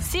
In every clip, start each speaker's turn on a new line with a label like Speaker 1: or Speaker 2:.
Speaker 1: Si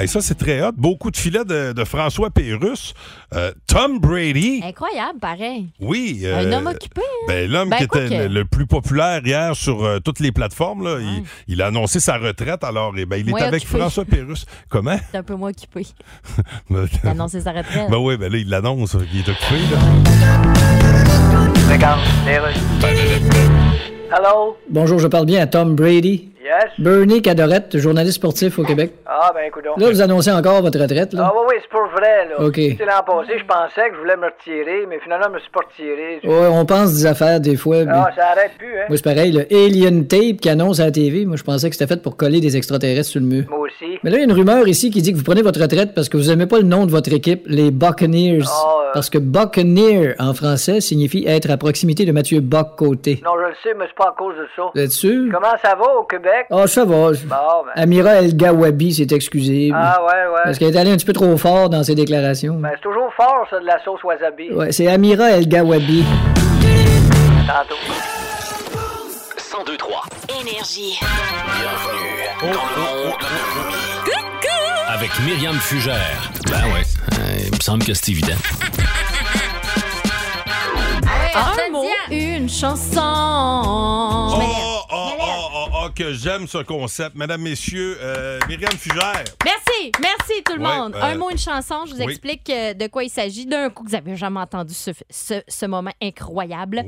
Speaker 2: Et ça, c'est très hot. Beaucoup de filets de, de François Pérus. Euh, Tom Brady.
Speaker 3: Incroyable, pareil.
Speaker 2: Oui.
Speaker 3: Un
Speaker 2: euh,
Speaker 3: homme occupé. hein?
Speaker 2: Ben, l'homme
Speaker 3: Ben,
Speaker 2: qui
Speaker 3: quoi
Speaker 2: était
Speaker 3: que-
Speaker 2: le, le plus populaire hier sur euh, toutes les plateformes, là, il, il a annoncé sa retraite. Alors, eh ben, il est
Speaker 3: Moins
Speaker 2: avec
Speaker 3: occupé.
Speaker 2: François Pérus. Comment?
Speaker 3: C'est un peu moins occupé.
Speaker 2: ben
Speaker 3: Il a annoncé sa retraite.
Speaker 2: oui, ben là, il l'annonce. euh, qu'il est occupé. là.
Speaker 4: Regarde, les Russes. Hello?
Speaker 5: Bonjour, je parle bien à Tom Brady.
Speaker 4: Yes?
Speaker 5: Bernie Cadorette, journaliste sportif au Québec.
Speaker 4: Ah, ben, coudon.
Speaker 5: Là, vous annoncez encore votre retraite, là?
Speaker 4: Ah, oui, oui, c'est pour vrai, là.
Speaker 5: OK.
Speaker 4: C'est l'an passé, je pensais que je voulais me retirer, mais finalement, je me suis pas retiré.
Speaker 5: Ouais, on pense des affaires des fois. mais-
Speaker 4: Ah, ça arrête plus, hein?
Speaker 5: Moi, c'est pareil, le Alien Tape qui annonce à la TV. Moi, je pensais que c'était fait pour coller des extraterrestres sur le mur.
Speaker 4: Moi aussi.
Speaker 5: Mais là, il y a une rumeur ici qui dit que vous prenez votre retraite parce que vous aimez pas le nom de votre équipe, les Buccaneers.
Speaker 4: Ah, euh.
Speaker 5: Parce que Buccaneer, en français, signifie être à proximité de Mathieu Bock-Côté.
Speaker 4: Non, je le sais, mais c'est pas à cause de ça.
Speaker 3: Euh,
Speaker 5: Vous êtes sûr?
Speaker 4: Comment ça va au Québec?
Speaker 5: Ah, ça va.
Speaker 4: Bon, ben.
Speaker 5: Amira El-Gawabi s'est excusée.
Speaker 4: Ah, ouais, ouais.
Speaker 5: Parce qu'elle est allée un petit peu trop fort dans ses déclarations.
Speaker 4: Ben, c'est toujours fort, ça, de la sauce wasabi.
Speaker 5: Ouais, c'est Amira El Gawabi.
Speaker 4: Tantôt.
Speaker 6: 1023.
Speaker 1: Énergie.
Speaker 6: Bienvenue dans le monde de Mimi. Avec Myriam Fugère. Ben ouais, il me semble que c'est évident.
Speaker 2: Ah
Speaker 3: Un mot, une chanson.
Speaker 2: Oh, oh, oh, oh, oh, que j'aime ce concept. Mesdames, Messieurs, euh, Myriam Fugère.
Speaker 3: Merci, merci tout le
Speaker 2: Ouais,
Speaker 3: monde.
Speaker 2: euh,
Speaker 3: Un mot, une chanson, je vous
Speaker 2: oui.
Speaker 3: explique euh, de quoi il s'agit. D'un coup, vous n'avez jamais entendu ce, ce- ce moment incroyable.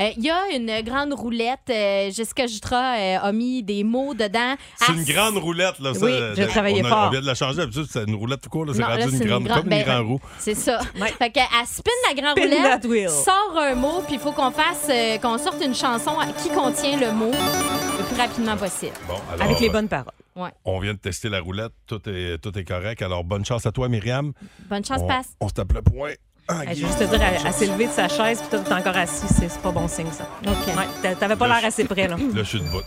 Speaker 3: Euh, Il y a une grande roulette. euh, Jessica Jutra euh, a mis des mots dedans.
Speaker 2: C'est
Speaker 3: Ah,
Speaker 2: une grande roulette. Là, ça,
Speaker 7: Oui,
Speaker 2: euh,
Speaker 7: j'ai travaillé
Speaker 2: on a-
Speaker 7: fort.
Speaker 2: On vient de la changer. D'habitude, c'est une roulette tout court. là, C'est
Speaker 3: Non,
Speaker 2: rendu
Speaker 3: là,
Speaker 2: une grande, comme une
Speaker 3: ben,
Speaker 2: grande roue.
Speaker 3: C'est ça.
Speaker 7: Ouais.
Speaker 3: Fait que, elle spin la grande
Speaker 7: Spin
Speaker 3: roulette,
Speaker 7: that wheel.
Speaker 3: sort un mot, puis il faut qu'on fasse, euh, qu'on sorte une chanson à- qui contient le mot le plus rapidement possible.
Speaker 2: Bon, alors, euh,
Speaker 7: Avec les bonnes paroles.
Speaker 2: On vient de tester la roulette. Tout est, tout est correct. Alors, bonne chance à toi, Myriam.
Speaker 3: Bonne chance,
Speaker 2: on,
Speaker 3: passe.
Speaker 2: on se tape le point. Ah,
Speaker 7: Hey, je
Speaker 2: Guy.
Speaker 7: veux juste te dire, à, à s'élever de sa chaise, puis toi, t'es encore assis, c'est c'est pas bon signe, ça.
Speaker 3: OK.
Speaker 7: Ouais, t'a- T'avais pas l'air assez près, là.
Speaker 2: Là, je suis de bout.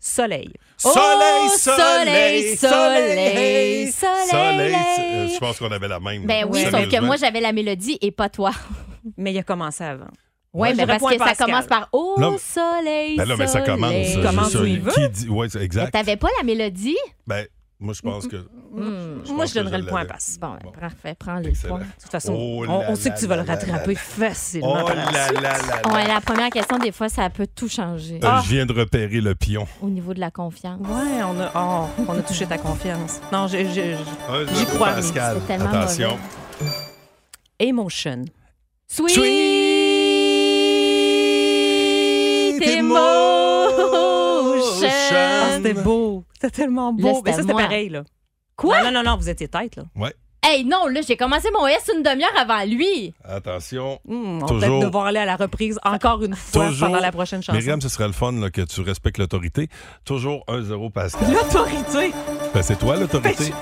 Speaker 7: Soleil. Oh,
Speaker 2: Soleil, soleil,
Speaker 3: soleil,
Speaker 2: soleil,
Speaker 3: soleil, soleil.
Speaker 2: soleil. euh, Je pense qu'on avait la même.
Speaker 3: Ben oui, sauf que
Speaker 2: Sérieusement.
Speaker 3: moi, j'avais la mélodie et pas toi.
Speaker 7: Mais il a commencé avant.
Speaker 3: Oui,
Speaker 7: Ouais,
Speaker 3: mais
Speaker 7: je
Speaker 3: parce
Speaker 7: réponds
Speaker 3: que
Speaker 7: à
Speaker 3: ça
Speaker 7: Pascal.
Speaker 3: commence par Oh
Speaker 2: Non, mais-
Speaker 3: soleil.
Speaker 2: Ben là, mais ça
Speaker 3: soleil.
Speaker 2: commence.
Speaker 7: Il
Speaker 2: euh,
Speaker 7: commence
Speaker 2: je-
Speaker 7: où il
Speaker 2: qui
Speaker 7: veut.
Speaker 2: dit- ouais, c'est
Speaker 3: Mais
Speaker 2: exact.
Speaker 3: T'avais pas la mélodie?
Speaker 2: Ben, moi, je pense que.
Speaker 3: Mm-hmm.
Speaker 7: Mm. Moi,
Speaker 2: pense
Speaker 7: je
Speaker 2: que
Speaker 7: donnerais
Speaker 2: je
Speaker 7: le point à
Speaker 2: l'avais.
Speaker 7: passe.
Speaker 3: Bon,
Speaker 2: Bon.
Speaker 3: parfait, prends les
Speaker 2: Excellent.
Speaker 3: points.
Speaker 7: De toute façon,
Speaker 2: Oh
Speaker 7: on,
Speaker 2: là
Speaker 7: on sait
Speaker 2: là
Speaker 7: que tu vas le
Speaker 2: là là
Speaker 7: rattraper
Speaker 2: là.
Speaker 7: facilement.
Speaker 2: Oh
Speaker 7: par la
Speaker 2: là
Speaker 7: suite.
Speaker 2: là là
Speaker 3: Ouais,
Speaker 2: là.
Speaker 3: la première question, des fois, ça peut tout changer
Speaker 2: Euh,
Speaker 7: Ah.
Speaker 2: Je viens de repérer le pion.
Speaker 3: au niveau de la confiance.
Speaker 7: Ouais, on a, oh, on a touché ta confiance. Non, je, je- je-
Speaker 2: Un,
Speaker 7: J'y
Speaker 2: zéro,
Speaker 7: crois, oui.
Speaker 2: Pascal.
Speaker 3: C'est tellement
Speaker 2: Attention.
Speaker 7: Emotion.
Speaker 3: Sweet,
Speaker 2: emotion.
Speaker 7: Ah,
Speaker 3: emotion.
Speaker 7: c'était beau. C'était tellement
Speaker 3: Là,
Speaker 7: beau.
Speaker 3: c'était
Speaker 7: Mais ça, c'était
Speaker 3: moi.
Speaker 7: pareil, là.
Speaker 3: Quoi?
Speaker 7: Non, non, non, non, vous étiez tête, là.
Speaker 3: Hey, non, là, j'ai commencé mon S une demi-heure avant lui.
Speaker 2: Attention.
Speaker 7: Hmm, on va
Speaker 2: Toujours.
Speaker 7: peut-être devoir aller à la reprise encore une fois
Speaker 2: Toujours.
Speaker 7: pendant la prochaine chanson.
Speaker 2: Myriam, ce serait le fun là, que tu respectes l'autorité. Toujours 1-0 Pascal.
Speaker 7: L'autorité.
Speaker 2: Ben, c'est toi l'autorité.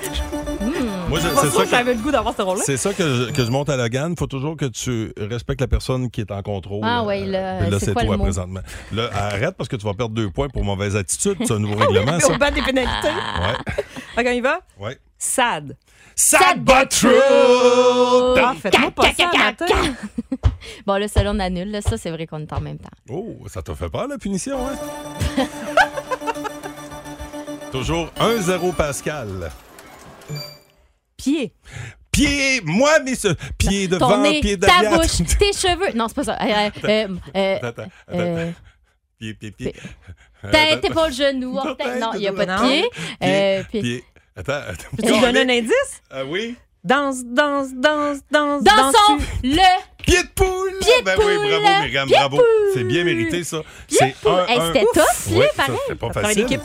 Speaker 2: Moi, je-
Speaker 7: Pas
Speaker 2: c'est
Speaker 7: sûr
Speaker 2: ça
Speaker 7: que
Speaker 2: que
Speaker 7: j'avais le goût d'avoir ce rôle-là.
Speaker 2: C'est ça que je, que je monte à Logan. Il faut toujours que tu respectes la personne qui est en
Speaker 7: Oh.
Speaker 2: contrôle.
Speaker 3: Ah ouais, là,
Speaker 2: Puis là
Speaker 3: c'est
Speaker 2: c'est
Speaker 3: quoi le
Speaker 2: toi
Speaker 3: mot?
Speaker 2: présentement. Là, arrête parce que tu vas perdre deux points pour mauvaise attitude. C'est un nouveau
Speaker 3: Ah
Speaker 2: règlement, ça.
Speaker 7: Au bas des pénalités.
Speaker 2: Ouais,
Speaker 7: OK, on y va?
Speaker 2: ouais.
Speaker 7: Sad.
Speaker 2: Sad but true!
Speaker 7: Ah, faites-moi pas ça, matin.
Speaker 3: Bon, là, celle-là, on annule. Là, ça, c'est vrai qu'on est en même temps.
Speaker 2: Oh, ça t'a fait peur, la punition, hein? Toujours 1-0 Pascal.
Speaker 7: Pied.
Speaker 2: Pied, moi, mais ce pied
Speaker 3: Ton
Speaker 2: devant,
Speaker 3: nez,
Speaker 2: pied
Speaker 3: ta
Speaker 2: derrière.
Speaker 3: bouche, tes cheveux. Non, c'est pas ça. Euh, euh, euh,
Speaker 2: Attends, attends, attends.
Speaker 3: euh,
Speaker 2: Pied, pied, pied. Euh,
Speaker 3: Tête,
Speaker 2: Attends,
Speaker 3: épaule, genou, orteil. Non, il n'y a pas de
Speaker 7: Non.
Speaker 3: pied. Euh,
Speaker 2: Pied,
Speaker 3: puis-
Speaker 2: pied. Attends, attends.
Speaker 7: Peux-tu me donner un indice?
Speaker 2: Ah oui?
Speaker 7: Danse, danse, danse, danse,
Speaker 3: Dansons
Speaker 7: danse-tu.
Speaker 3: le
Speaker 2: Pied de poule!
Speaker 3: Pied de
Speaker 2: ben oui,
Speaker 3: poule!
Speaker 2: bravo, Myriam,
Speaker 3: Pied de
Speaker 2: bravo.
Speaker 3: poule!
Speaker 2: C'est bien mérité, ça.
Speaker 3: Pied de poule!
Speaker 2: un,
Speaker 3: Hey,
Speaker 2: un.
Speaker 3: c'était tough, là,
Speaker 2: Ouais, ça,
Speaker 3: pareil.
Speaker 2: C'était pas
Speaker 7: Ça travaille
Speaker 2: facile.
Speaker 7: l'équipe.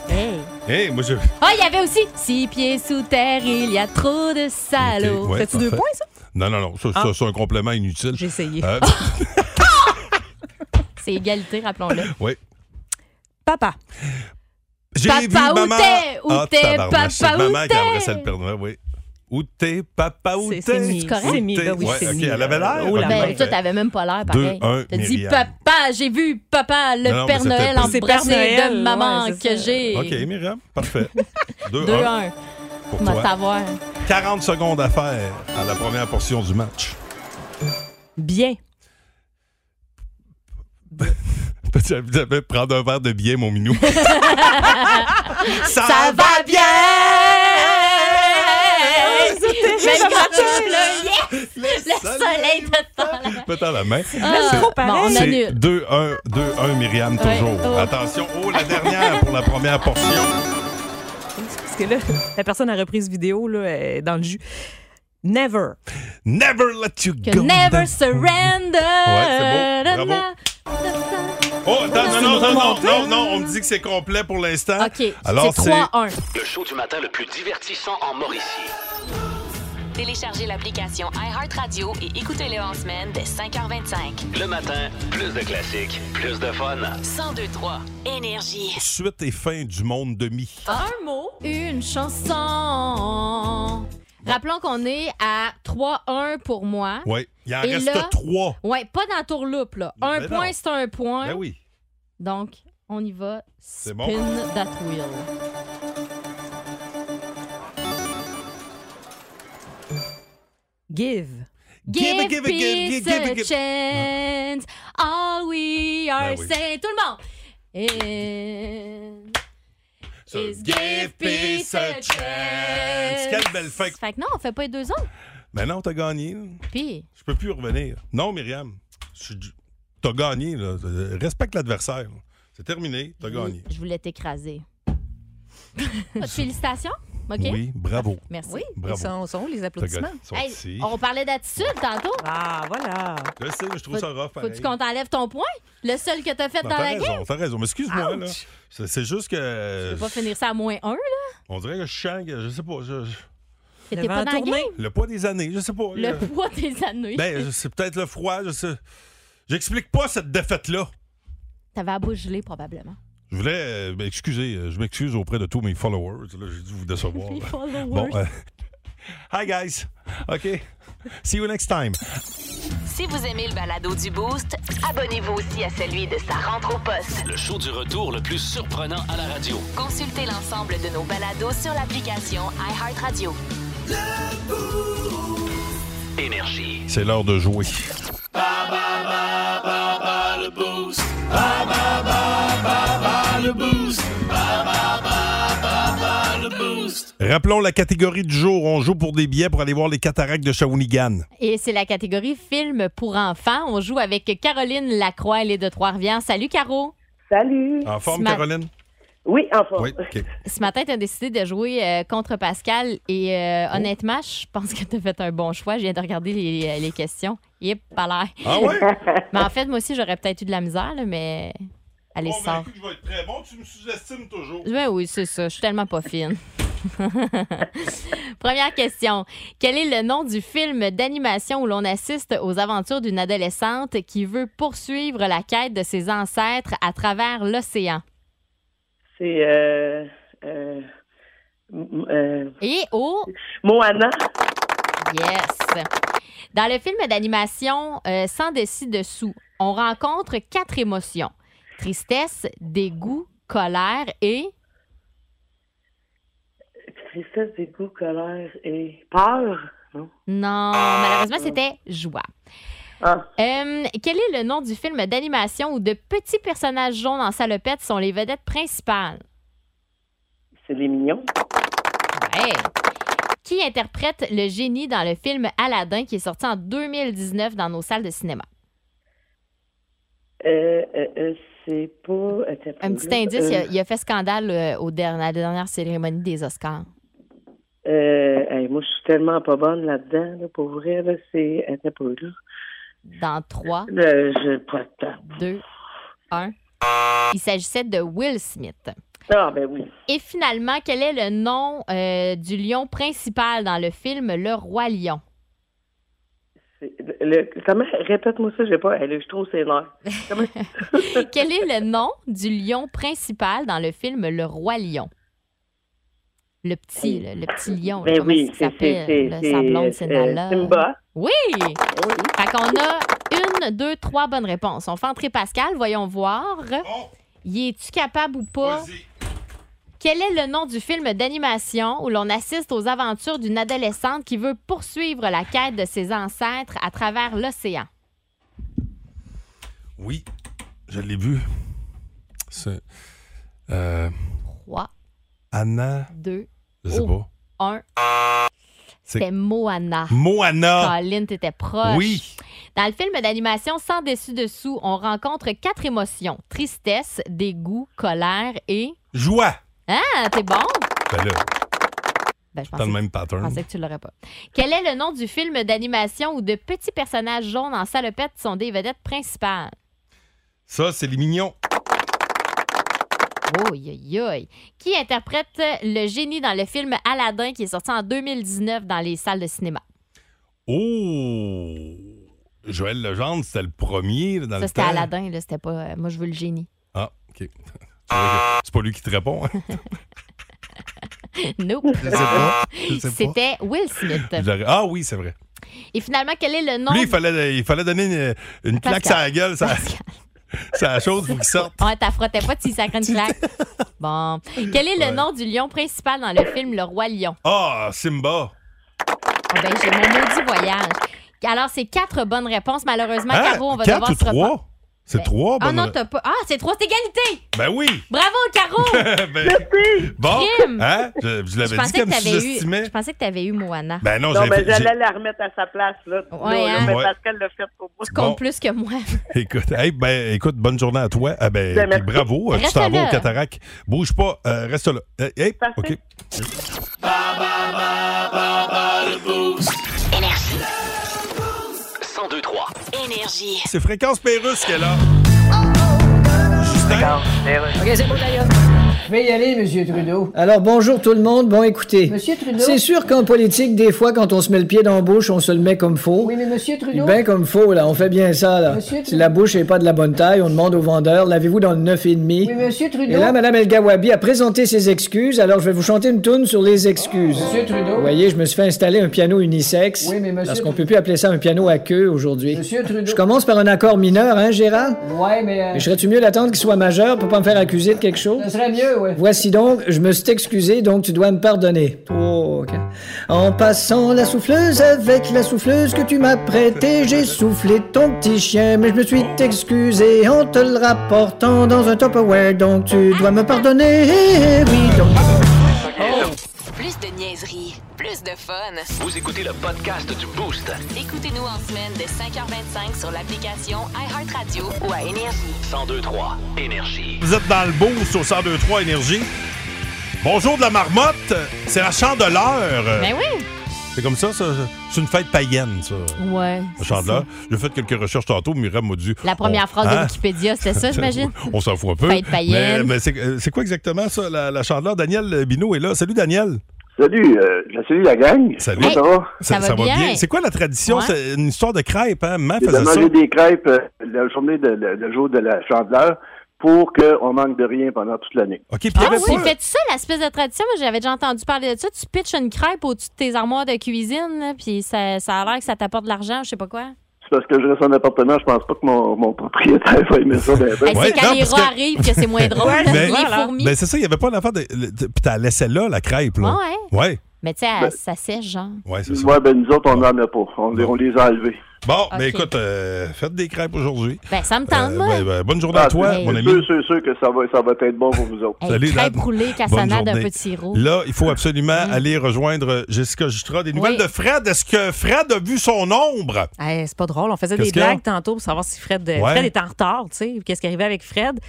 Speaker 3: Hey.
Speaker 2: Hey, moi, je.
Speaker 3: Ah, il y avait aussi six pieds sous terre, il y a trop de salauds.
Speaker 2: Ok, ouais,
Speaker 7: Fais-tu deux
Speaker 2: parfait.
Speaker 7: points, ça?
Speaker 2: Non, non, non, ça, ça,
Speaker 7: Ah.
Speaker 2: c'est un complément inutile.
Speaker 7: J'ai essayé.
Speaker 2: Euh,
Speaker 3: C'est égalité, rappelons-le.
Speaker 2: oui.
Speaker 7: Papa.
Speaker 2: J'ai
Speaker 3: Papa,
Speaker 2: vu
Speaker 3: où
Speaker 2: maman.
Speaker 3: t'es? Où
Speaker 2: ah,
Speaker 3: t'es,
Speaker 2: tabarnak,
Speaker 3: papa,
Speaker 2: c'est maman
Speaker 3: où
Speaker 2: qui
Speaker 3: t'es?
Speaker 2: embrassait le Père Noël, oui. Où t'es, papa, où t'es?
Speaker 7: C'est- c'est mis,
Speaker 3: C'est correct?
Speaker 7: c'est mis, ben oui,
Speaker 2: Ouais,
Speaker 7: c'est
Speaker 2: ok,
Speaker 7: mis.
Speaker 2: elle avait l'air.
Speaker 7: Oh, la
Speaker 2: Ben,
Speaker 7: main.
Speaker 3: Ben, toi, t'avais même pas l'air pareil.
Speaker 2: 2-1,
Speaker 3: T'as dit,
Speaker 2: Myriam.
Speaker 3: papa, j'ai vu papa, le
Speaker 2: Non, non, mais
Speaker 3: Père
Speaker 2: c'était
Speaker 3: Noël
Speaker 2: pas-
Speaker 7: C'est Père
Speaker 3: embrassé de
Speaker 7: Noël,
Speaker 3: maman
Speaker 7: ouais, c'est
Speaker 3: que
Speaker 7: ça.
Speaker 3: j'ai.
Speaker 2: OK, Myriam, parfait. 2-1
Speaker 3: 2-1.
Speaker 2: pour
Speaker 3: On va
Speaker 2: toi.
Speaker 3: savoir.
Speaker 2: 40 secondes à faire à la première portion du match.
Speaker 3: Bien.
Speaker 2: Je vais prendre un verre de biais, mon minou. Ça,
Speaker 3: va bien! Même quand tu pleures, le soleil te tend la main.
Speaker 2: Pétant la main.
Speaker 3: Ah,
Speaker 7: trop
Speaker 3: bon, on
Speaker 7: pareil.
Speaker 2: C'est
Speaker 3: annule.
Speaker 2: 2-1, 2-1, Myriam,
Speaker 3: Ouais.
Speaker 2: toujours.
Speaker 3: Oh.
Speaker 2: Attention. Oh, la dernière pour la première portion.
Speaker 7: Parce que là, la personne à reprise vidéo, là, est dans le jus. Never.
Speaker 2: Never let you
Speaker 3: Que
Speaker 2: go.
Speaker 3: never surrender.
Speaker 2: Ouais, c'est beau. Bravo.
Speaker 3: Da, da,
Speaker 2: Oh, attends, non, non,
Speaker 3: C'est une
Speaker 2: non, non,
Speaker 3: remontée.
Speaker 2: non, non, on me dit que c'est complet pour l'instant.
Speaker 3: da. OK, c'est
Speaker 2: Alors, c'est
Speaker 3: 3-1.
Speaker 6: Le show du matin le plus divertissant en Mauricie.
Speaker 1: Téléchargez l'application iHeartRadio et écoutez-le en semaine dès 5h25.
Speaker 6: Le matin, plus de classiques, plus de fun.
Speaker 1: 1023 Énergie.
Speaker 2: suite et fin du monde demi.
Speaker 3: Un mot, une chanson. Rappelons qu'on est à 3-1 pour moi.
Speaker 2: Oui. Il en
Speaker 3: Ah. Et
Speaker 2: reste
Speaker 3: là-
Speaker 2: trois.
Speaker 3: Ouais, pas dans la tourloupe, là. Un
Speaker 2: Oh. Ben
Speaker 3: point,
Speaker 2: non.
Speaker 3: c'est un point.
Speaker 2: Ben oui.
Speaker 3: Donc, on y va. Spin
Speaker 2: bon.
Speaker 3: that wheel.
Speaker 7: Give.
Speaker 3: Give,
Speaker 2: it, it,
Speaker 3: peace a chance. All we are
Speaker 2: Ben oui.
Speaker 3: saying. Tout le monde. And-
Speaker 2: So,
Speaker 3: is
Speaker 2: give peace a chance. Quelle belle fin.
Speaker 3: Fait que non, on fait pas les deux autres.
Speaker 2: Mais non, t'as gagné. là.
Speaker 3: Puis,
Speaker 2: Je peux plus revenir. Non, Myriam. je suis du- T'as gagné. Là. Respecte l'adversaire. C'est terminé. T'as gagné.
Speaker 3: je voulais t'écraser. Ah, Félicitations. OK?
Speaker 2: Oui, bravo.
Speaker 3: Merci.
Speaker 7: Oui,
Speaker 2: Bravo.
Speaker 7: ils sont, sont où les
Speaker 2: T'as gagné.
Speaker 7: applaudissements.
Speaker 2: Ils sont
Speaker 3: Hey,
Speaker 2: ici.
Speaker 3: on parlait d'attitude tantôt.
Speaker 7: Ah, voilà.
Speaker 2: Je sais, mais je trouve ça rough.
Speaker 3: Faut-tu
Speaker 2: pareil.
Speaker 3: qu'on t'enlève ton point? Le seul que t'as fait
Speaker 2: Non,
Speaker 3: dans
Speaker 2: t'as
Speaker 3: la game?
Speaker 2: raison, t'as raison. Mais excuse-moi, là.
Speaker 7: Ouch.
Speaker 2: C'est c'est juste
Speaker 3: Je
Speaker 2: que.
Speaker 3: vais pas finir ça à moins un, là.
Speaker 2: On dirait que je sens que. Je sais pas. je- je-
Speaker 3: T'étais
Speaker 7: Devant
Speaker 3: pas dans la
Speaker 7: tournée.
Speaker 3: game.
Speaker 2: Le poids des années, je sais pas. là.
Speaker 3: Le poids des années.
Speaker 2: Ben, je- c'est peut-être le froid. Je sais. J'explique pas cette défaite-là.
Speaker 3: T'avais la bouche gelée, probablement.
Speaker 2: Je voulais euh, ben, excuser. euh, Je m'excuse auprès de tous mes followers. là, J'ai dû vous décevoir.
Speaker 3: Les
Speaker 2: là.
Speaker 3: followers.
Speaker 2: Bon. euh, Hi, guys. OK. See you next time.
Speaker 1: Si vous aimez le balado du Boost, abonnez-vous aussi à celui de sa rentre au poste.
Speaker 6: Le show du retour le plus surprenant à la radio.
Speaker 1: Consultez l'ensemble de nos balados sur l'application iHeartRadio.
Speaker 6: Énergie.
Speaker 2: C'est l'heure de jouer. Rappelons la catégorie du jour. On joue pour des billets pour aller voir les cataractes de Shawinigan.
Speaker 3: Et c'est la catégorie film pour enfants. On joue avec Caroline Lacroix, elle est de Trois-Rivières. Salut, Caro.
Speaker 8: Salut.
Speaker 2: En forme,
Speaker 3: Smart.
Speaker 2: Caroline?
Speaker 8: Oui, enfin.
Speaker 2: Oui. OK.
Speaker 3: Ce matin, tu as décidé de jouer euh, contre Pascal et euh,
Speaker 2: Oh.
Speaker 3: honnêtement, je pense que tu as fait un bon choix. Je viens de regarder les, les questions. Yep, pas l'air.
Speaker 2: Ah ouais?
Speaker 3: Mais en fait, moi aussi, j'aurais peut-être eu de la misère, là, mais allez, sors.
Speaker 2: que je vais être très bon. Tu me sous-estimes ben, toujours.
Speaker 3: Oui, oui, c'est ça. Je suis tellement pas fine. Première question. Quel est le nom du film d'animation où l'on assiste aux aventures d'une adolescente qui veut poursuivre la quête de ses ancêtres à travers l'océan?
Speaker 8: C'est euh, euh, m- euh,
Speaker 3: Et oh,
Speaker 8: Moana.
Speaker 3: yes! Dans le film d'animation euh, Sans dessus dessous, on rencontre quatre émotions. Tristesse, dégoût, colère et...
Speaker 8: Tristesse, dégoût, colère et peur. Non.
Speaker 3: Non, malheureusement, c'était joie.
Speaker 8: Ah,
Speaker 3: Euh, quel est le nom du film d'animation où de petits personnages jaunes en salopette sont les vedettes principales?
Speaker 8: c'est les mignons.
Speaker 3: Ouais. Qui interprète le génie dans le film Aladdin qui est sorti en 2019 dans nos salles de cinéma?
Speaker 8: Euh, euh, euh, c'est pas. attends,
Speaker 3: Un petit
Speaker 8: là,
Speaker 3: indice, il a,
Speaker 8: euh,
Speaker 3: il a fait scandale euh, au dernier, à la dernière cérémonie des Oscars.
Speaker 8: euh, hey, moi, je suis tellement pas bonne là-dedans, là, pour vrai. Là, c'est. Attends, pas là.
Speaker 3: Dans 3,
Speaker 8: Là, je pas de temps.
Speaker 3: 2, 1. Il s'agissait de Will Smith.
Speaker 8: Ah, ben oui.
Speaker 3: Et finalement, quel est le nom euh, du lion principal dans le film Le Roi Lion?
Speaker 8: C'est- le- le- comment? Répète-moi ça, j'ai pas. Hey, là, je trouve c'est nerfs. Comment?
Speaker 3: Quel est le nom du lion principal dans le film Le Roi Lion? Le petit, là, le, petit lion. là,
Speaker 8: ben
Speaker 3: comment
Speaker 8: oui,
Speaker 3: il
Speaker 8: c'est. c'est- c'est-
Speaker 3: s'appelle? là, Sa blonde, c'est
Speaker 8: euh,
Speaker 3: Nala.
Speaker 8: Simba.
Speaker 3: Oui!
Speaker 8: Oui.
Speaker 3: Fait qu'on a une, deux, trois bonnes réponses. On fait entrer Pascal, voyons voir.
Speaker 2: Bon,
Speaker 3: Y es-tu capable ou pas?
Speaker 2: vas-y.
Speaker 3: Quel est le nom du film d'animation où l'on assiste aux aventures d'une adolescente qui veut poursuivre la quête de ses ancêtres à travers l'océan?
Speaker 2: Oui, je l'ai vu. C'est. euh,
Speaker 3: 3,
Speaker 2: Anna.
Speaker 3: 2,
Speaker 2: Je sais
Speaker 3: Oh.
Speaker 2: pas.
Speaker 3: 1.
Speaker 2: C'est-
Speaker 3: C'était Moana.
Speaker 2: Moana.
Speaker 3: Colin, t'étais proche.
Speaker 2: Oui.
Speaker 3: Dans le film d'animation Sans dessus-dessous, on rencontre quatre émotions. Tristesse, dégoût, colère et...
Speaker 2: Joie.
Speaker 3: Ah, t'es bon?
Speaker 2: Ben là,
Speaker 3: Ben, je
Speaker 2: dans
Speaker 3: pensais,
Speaker 2: le même
Speaker 3: je
Speaker 2: pattern.
Speaker 3: pensais que tu l'aurais pas. Quel est le nom du film d'animation où de petits personnages jaunes en salopette sont des vedettes principales?
Speaker 2: Ça, c'est les mignons.
Speaker 3: Oh, aïe, aïe. Qui interprète le génie dans le film Aladdin qui est sorti en 2019 dans les salles de cinéma?
Speaker 2: Oh! Joël Legendre, c'était le premier là, dans
Speaker 3: Ça,
Speaker 2: le
Speaker 3: c'était
Speaker 2: temps.
Speaker 3: Aladdin, là. C'était pas... euh, moi, je veux le génie.
Speaker 2: Ah, OK. C'est pas lui qui te répond. hein?
Speaker 3: Nope.
Speaker 9: Je sais pas. Je sais pas.
Speaker 3: C'était Will Smith.
Speaker 2: Je l'aurais- Ah oui, c'est vrai.
Speaker 3: Et finalement, quel est le nom
Speaker 2: Lui, il fallait, il fallait donner une, une claque
Speaker 3: Pascal.
Speaker 2: sur la gueule, ça,
Speaker 3: Pascal.
Speaker 2: ça la chose pour qu'il sorte.
Speaker 3: Ouais, t'as frotté pas, tu y sacres une claque. Bon. Quel est le
Speaker 2: Ouais.
Speaker 3: nom du lion principal dans le film Le Roi Lion?
Speaker 2: Ah, Simba.
Speaker 3: Ah ben, j'ai mon maudit voyage. Alors, c'est quatre bonnes réponses. Malheureusement,
Speaker 2: Hein?
Speaker 3: Caro, on va
Speaker 2: Quatre
Speaker 3: devoir
Speaker 2: ou
Speaker 3: se reprendre.
Speaker 2: trois? C'est
Speaker 3: Ben,
Speaker 2: trois,
Speaker 3: Ah
Speaker 2: bonne-
Speaker 3: non, t'as pas. Ah, c'est trois, c'est égalité!
Speaker 2: Ben oui!
Speaker 3: Bravo, Caro!
Speaker 2: Ben, bon,
Speaker 3: Crime.
Speaker 2: hein? Je, je
Speaker 3: Je
Speaker 2: l'avais dit
Speaker 3: pensais
Speaker 2: comme
Speaker 3: que
Speaker 2: si
Speaker 3: t'avais eu.
Speaker 2: j'estimais.
Speaker 3: Je pensais que t'avais eu Moana.
Speaker 2: Ben non,
Speaker 8: Non,
Speaker 2: j'ai
Speaker 8: mais
Speaker 2: j'ai-
Speaker 8: j'allais la remettre à sa place, là.
Speaker 3: Ouais,
Speaker 8: là,
Speaker 3: hein?
Speaker 8: mais
Speaker 2: Ouais.
Speaker 8: Pascal l'a fait pour moi.
Speaker 3: Tu comptes
Speaker 2: bon.
Speaker 3: plus que moi.
Speaker 2: Écoute, hey, ben, écoute, bonne journée à toi. Ah, ben,
Speaker 8: Ben,
Speaker 2: puis
Speaker 8: merci.
Speaker 2: bravo, euh, tu
Speaker 3: Reste
Speaker 2: t'en vas
Speaker 3: là.
Speaker 2: au cataract. Bouge pas, euh, reste là. Euh, hey,
Speaker 8: Parfait.
Speaker 2: OK.
Speaker 1: Énergie.
Speaker 6: 1023.
Speaker 1: Énergie.
Speaker 2: C'est Fréquence Pérusse qui est là. Justin,
Speaker 5: OK, c'est bon, d'ailleurs.
Speaker 4: Je vais y aller, Monsieur Trudeau.
Speaker 5: Alors, bonjour tout le monde. Bon, écoutez.
Speaker 4: Monsieur Trudeau.
Speaker 5: C'est sûr qu'en politique, des fois, quand on se met le pied dans la bouche, on se le met comme faux.
Speaker 4: Oui, mais Monsieur Trudeau.
Speaker 5: Ben comme faux, là. On fait bien ça, là.
Speaker 4: Monsieur Trudeau.
Speaker 5: Si la bouche n'est pas de la bonne taille, on demande au vendeur, l'avez-vous dans le 9,5?
Speaker 4: Oui, Monsieur Trudeau.
Speaker 5: Et là, Mme El-Gawabi a présenté ses excuses, alors je vais vous chanter une toune sur les excuses.
Speaker 4: Monsieur Trudeau.
Speaker 5: Vous voyez, je me suis fait installer un piano unisexe.
Speaker 4: Oui, mais monsieur-
Speaker 5: Parce qu'on peut plus appeler ça un piano à queue aujourd'hui.
Speaker 4: Monsieur Trudeau.
Speaker 5: Je commence par un accord mineur, hein, Gérard?
Speaker 4: Ouais, mais. euh,
Speaker 5: Mais serais-tu mieux d'attendre qu'il soit majeur pour pas me faire accuser de quelque chose?
Speaker 4: Ce serait mieux, ouais.
Speaker 5: Voici donc, je me suis excusé, donc tu dois me pardonner. Oh, ok. En passant la souffleuse avec la souffleuse que tu m'as prêtée, j'ai soufflé ton petit chien, mais je me suis excusé en te le rapportant dans un Tupperware, donc tu dois me pardonner. Oui, donc.
Speaker 3: Oh,
Speaker 1: Plus de niaiserie, plus de fun.
Speaker 6: Vous écoutez le podcast du Boost.
Speaker 1: Écoutez-nous en semaine de 5h25 sur l'application iHeartRadio ou à Énergie.
Speaker 6: 1023. Énergie.
Speaker 2: vous êtes dans le boost au 1023 Énergie. Bonjour de la marmotte, c'est la chandeleur.
Speaker 3: Ben oui!
Speaker 2: C'est comme ça, ça c'est une fête païenne, ça.
Speaker 3: Ouais.
Speaker 2: La
Speaker 3: c'est
Speaker 2: chandeleur.
Speaker 3: ça.
Speaker 2: J'ai fait quelques recherches tantôt, Myriam m'a dit.
Speaker 3: La première
Speaker 2: on-
Speaker 3: phrase de
Speaker 2: hein?
Speaker 3: Wikipédia, c'était ça, j'imagine?
Speaker 2: On s'en fout un peu.
Speaker 3: Fête païenne.
Speaker 2: Mais, mais c'est euh, c'est quoi exactement ça, la, la chandeleur? Daniel Binot est là. Salut, Daniel.
Speaker 10: Salut, euh, salut la gang.
Speaker 2: Salut.
Speaker 10: Comment ça va?
Speaker 3: Ça va bien.
Speaker 2: C'est quoi la tradition?
Speaker 3: Ouais.
Speaker 2: C'est une histoire de crêpes, hein? Maman
Speaker 10: J'ai
Speaker 2: faisait ça.
Speaker 10: mangé des crêpes euh, la journée, de, le, le jour de la chandeleur pour qu'on manque de rien pendant toute l'année.
Speaker 2: OK, puis
Speaker 3: Ah
Speaker 2: t'avais
Speaker 3: oui,
Speaker 2: pas-
Speaker 3: fais-tu ça, l'espèce de tradition? Moi, j'avais déjà entendu parler de ça. Tu pitches une crêpe au-dessus de tes armoires de cuisine, là, puis ça, ça a l'air que ça t'apporte de l'argent, je sais pas quoi.
Speaker 10: C'est parce que je reste en appartement, je pense pas que mon, mon propriétaire va aimer ça. ben, ben.
Speaker 3: Hey,
Speaker 2: Ouais,
Speaker 3: Ah, c'est quand
Speaker 2: non,
Speaker 3: les
Speaker 2: parce
Speaker 3: rats
Speaker 2: que-
Speaker 3: arrivent que c'est moins drôle.
Speaker 7: Ouais,
Speaker 3: les
Speaker 7: voilà.
Speaker 3: fourmis.
Speaker 2: Ben, c'est ça, il n'y avait pas l'affaire de. le- de- Puis t'as laissé là, la crêpe, là.
Speaker 3: Ouais.
Speaker 2: Ouais,
Speaker 3: Mais tu sais, elle-
Speaker 10: Ben-
Speaker 3: ça sèche, genre.
Speaker 2: ouais, c'est ça.
Speaker 10: Ouais, ben nous autres, on n'en a pas. On, les- on les a enlevés.
Speaker 2: Bon, mais
Speaker 3: Ok.
Speaker 2: écoute, euh, faites des crêpes aujourd'hui.
Speaker 3: Ben, ça me tente,
Speaker 2: Euh,
Speaker 3: moi.
Speaker 2: ben, ben, bonne journée à
Speaker 10: Ah,
Speaker 2: toi,
Speaker 3: c'est-
Speaker 2: mon
Speaker 10: C'est
Speaker 2: ami.
Speaker 10: sûr, sûr, sûr que ça va, ça va être bon pour vous autres.
Speaker 3: Hey,
Speaker 2: salut,
Speaker 3: crêpe
Speaker 2: Lan.
Speaker 3: roulée,
Speaker 2: Bonne
Speaker 3: cassonade, un
Speaker 2: journée.
Speaker 3: peu de sirop.
Speaker 2: Là, il faut absolument
Speaker 3: Mm.
Speaker 2: aller rejoindre Jessica Jutra. Des nouvelles
Speaker 3: Oui.
Speaker 2: de Fred. Est-ce que Fred a vu son ombre?
Speaker 7: Hey, c'est pas drôle. On faisait
Speaker 2: Qu'est-ce
Speaker 7: des
Speaker 2: qu'il y a?
Speaker 7: blagues tantôt pour savoir si Fred, euh,
Speaker 2: Ouais.
Speaker 7: Fred est en retard. tu sais. Qu'est-ce qui arrivait avec Fred?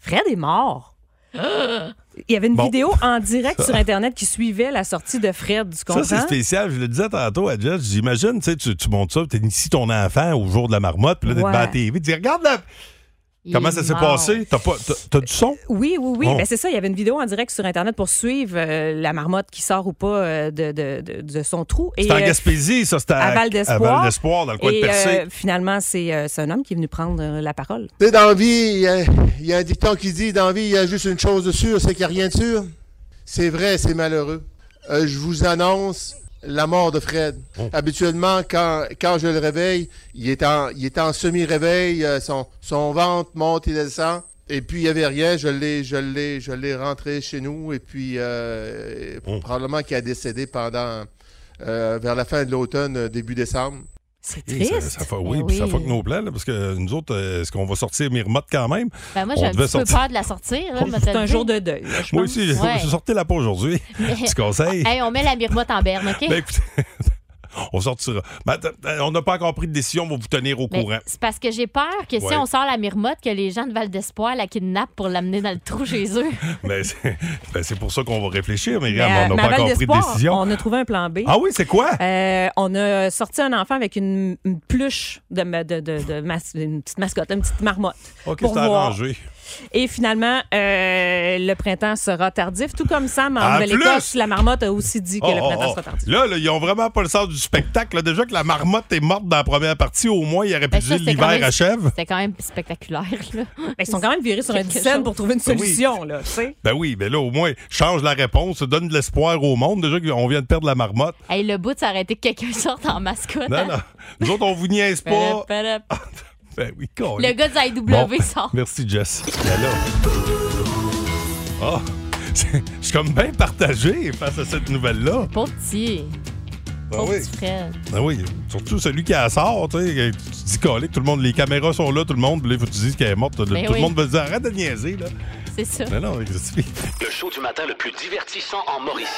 Speaker 7: Fred est mort. Il y avait une
Speaker 2: Bon.
Speaker 7: vidéo en direct sur Internet qui suivait la sortie de Fred, du comprends?
Speaker 2: Ça, c'est spécial. Je le disais tantôt à Jess. J'imagine, tu sais, tu tu montes ça, t'es ici ton enfant au jour de la marmotte, puis là, t'es
Speaker 7: Ouais.
Speaker 2: devant la TV, tu dis, regarde là,
Speaker 3: Il
Speaker 2: comment
Speaker 3: est
Speaker 2: ça s'est
Speaker 3: mort.
Speaker 2: passé. T'as pas- t'as- t'as du son?
Speaker 7: Oui, oui, oui.
Speaker 2: Bon.
Speaker 7: Ben, c'est ça. Il y avait une vidéo en direct sur Internet pour suivre euh, la marmotte qui sort ou pas euh, de, de- de- de son trou. Et,
Speaker 2: C'était en
Speaker 7: euh,
Speaker 2: Gaspésie, ça. C'était
Speaker 7: à Val d'Espoir.
Speaker 2: à Val d'Espoir, dans le coin de
Speaker 7: et,
Speaker 2: Percé.
Speaker 7: euh, finalement, c'est euh, c'est un homme qui est venu prendre euh, la parole.
Speaker 9: Tu sais, dans la vie, il y, a- il y a un dicton qui dit dans la vie, il y a juste une chose de sûre, c'est qu'il n'y a rien de sûr. C'est vrai, c'est malheureux. Euh, je vous annonce la mort de Fred.
Speaker 2: Hein?
Speaker 9: Habituellement, quand, quand je le réveille, il est en, il est en semi-réveil, euh, son, son ventre monte et descend. Et puis, il n'y avait rien. Je l'ai, je l'ai, je l'ai rentré chez nous. Et puis, euh,
Speaker 2: Hein?
Speaker 9: probablement qu'il a décédé pendant, euh, vers la fin de l'automne, euh, début décembre.
Speaker 7: C'est
Speaker 2: Eh, ça- ça fa-
Speaker 9: Ben
Speaker 2: oui, puis ça fuck nos plans, là, parce que nous autres, euh, est-ce qu'on va sortir Mirmotte quand même?
Speaker 3: Ben, moi,
Speaker 2: On
Speaker 3: j'ai un
Speaker 2: devait
Speaker 3: petit peu
Speaker 2: sortir-
Speaker 3: peur de la sortir. là, je me
Speaker 7: C'est
Speaker 3: te le
Speaker 7: un
Speaker 3: dis.
Speaker 7: jour de deuil. là, je
Speaker 2: Moi
Speaker 7: pense.
Speaker 2: aussi, j'ai
Speaker 3: Ouais.
Speaker 2: j'ai sorti la peau aujourd'hui. Petit conseil.
Speaker 3: Hey, on met la mirmotte en berne, OK?
Speaker 2: Ben, écoutez, on sortira. Ben, attends, on n'a pas encore pris de décision, on va vous tenir au
Speaker 3: Mais
Speaker 2: courant.
Speaker 3: c'est parce que j'ai peur que si
Speaker 2: Ouais.
Speaker 3: on sort la mirmotte, que les gens de Val d'Espoir la kidnappent pour l'amener dans le trou chez eux.
Speaker 2: Mais c'est ben, c'est pour ça qu'on va réfléchir, mais,
Speaker 7: Mais, euh,
Speaker 2: on
Speaker 7: mais
Speaker 2: n'a
Speaker 7: à
Speaker 2: pas encore pris de
Speaker 7: Val-d'Espoir,
Speaker 2: décision.
Speaker 7: On a trouvé un plan B.
Speaker 2: Ah oui, c'est quoi?
Speaker 7: Euh, on a sorti un enfant avec une, une pluche de, ma- de- de- de mas- une petite mascotte, une petite marmotte.
Speaker 2: OK,
Speaker 7: pour
Speaker 2: c'est
Speaker 7: voir.
Speaker 2: arrangé.
Speaker 7: Et finalement, euh, le printemps sera tardif, tout comme Sam en
Speaker 2: Ah, En
Speaker 7: Nouvelle-Écosse.
Speaker 2: plus!
Speaker 7: La marmotte a aussi dit que
Speaker 2: Oh,
Speaker 7: le
Speaker 2: oh,
Speaker 7: printemps
Speaker 2: oh.
Speaker 7: sera tardif.
Speaker 2: Là, là, ils ont vraiment pas le sens du spectacle. là. Déjà que la marmotte est morte dans la première partie, au moins, il aurait pu
Speaker 3: Ben, ça,
Speaker 2: dire
Speaker 3: c'était quand
Speaker 2: l'hiver
Speaker 3: même-
Speaker 2: achève.
Speaker 3: C'était quand même spectaculaire. là.
Speaker 7: Ben, ils sont quand même virés sur un
Speaker 3: Quelque
Speaker 7: dizaine
Speaker 3: chose.
Speaker 7: pour trouver une solution, là, tu sais.
Speaker 2: Ben oui, mais là, au moins, change la réponse, donne de l'espoir au monde. Déjà qu'on vient de perdre la marmotte.
Speaker 3: Hey, le bout de s'arrêter que quelqu'un sorte en mascotte.
Speaker 2: Non,
Speaker 3: hein?
Speaker 2: non. Nous autres, on vous niaise pas.
Speaker 3: Padap, padap.
Speaker 2: Ben oui, con.
Speaker 3: Le gars de la IW
Speaker 2: Bon,
Speaker 3: sort.
Speaker 2: Merci, Jess. Ben là. Ah, c'est- je suis comme bien partagé face à cette nouvelle-là.
Speaker 3: Pauvre petit.
Speaker 2: Ben
Speaker 3: Pauvre
Speaker 2: oui.
Speaker 3: petit Fred.
Speaker 2: Ben oui, surtout celui qui la sort, tu sais, que tu te dis collé, que tout le monde, les caméras sont là, tout le monde, puis là, il faut que tu dises qu'elle est morte. Tout
Speaker 3: Ben
Speaker 2: le
Speaker 3: oui.
Speaker 2: monde va dire arrête de niaiser, là. Ben
Speaker 3: C'est ça.
Speaker 2: Non, non, c'est-
Speaker 6: Le show du matin le plus divertissant en Mauricie.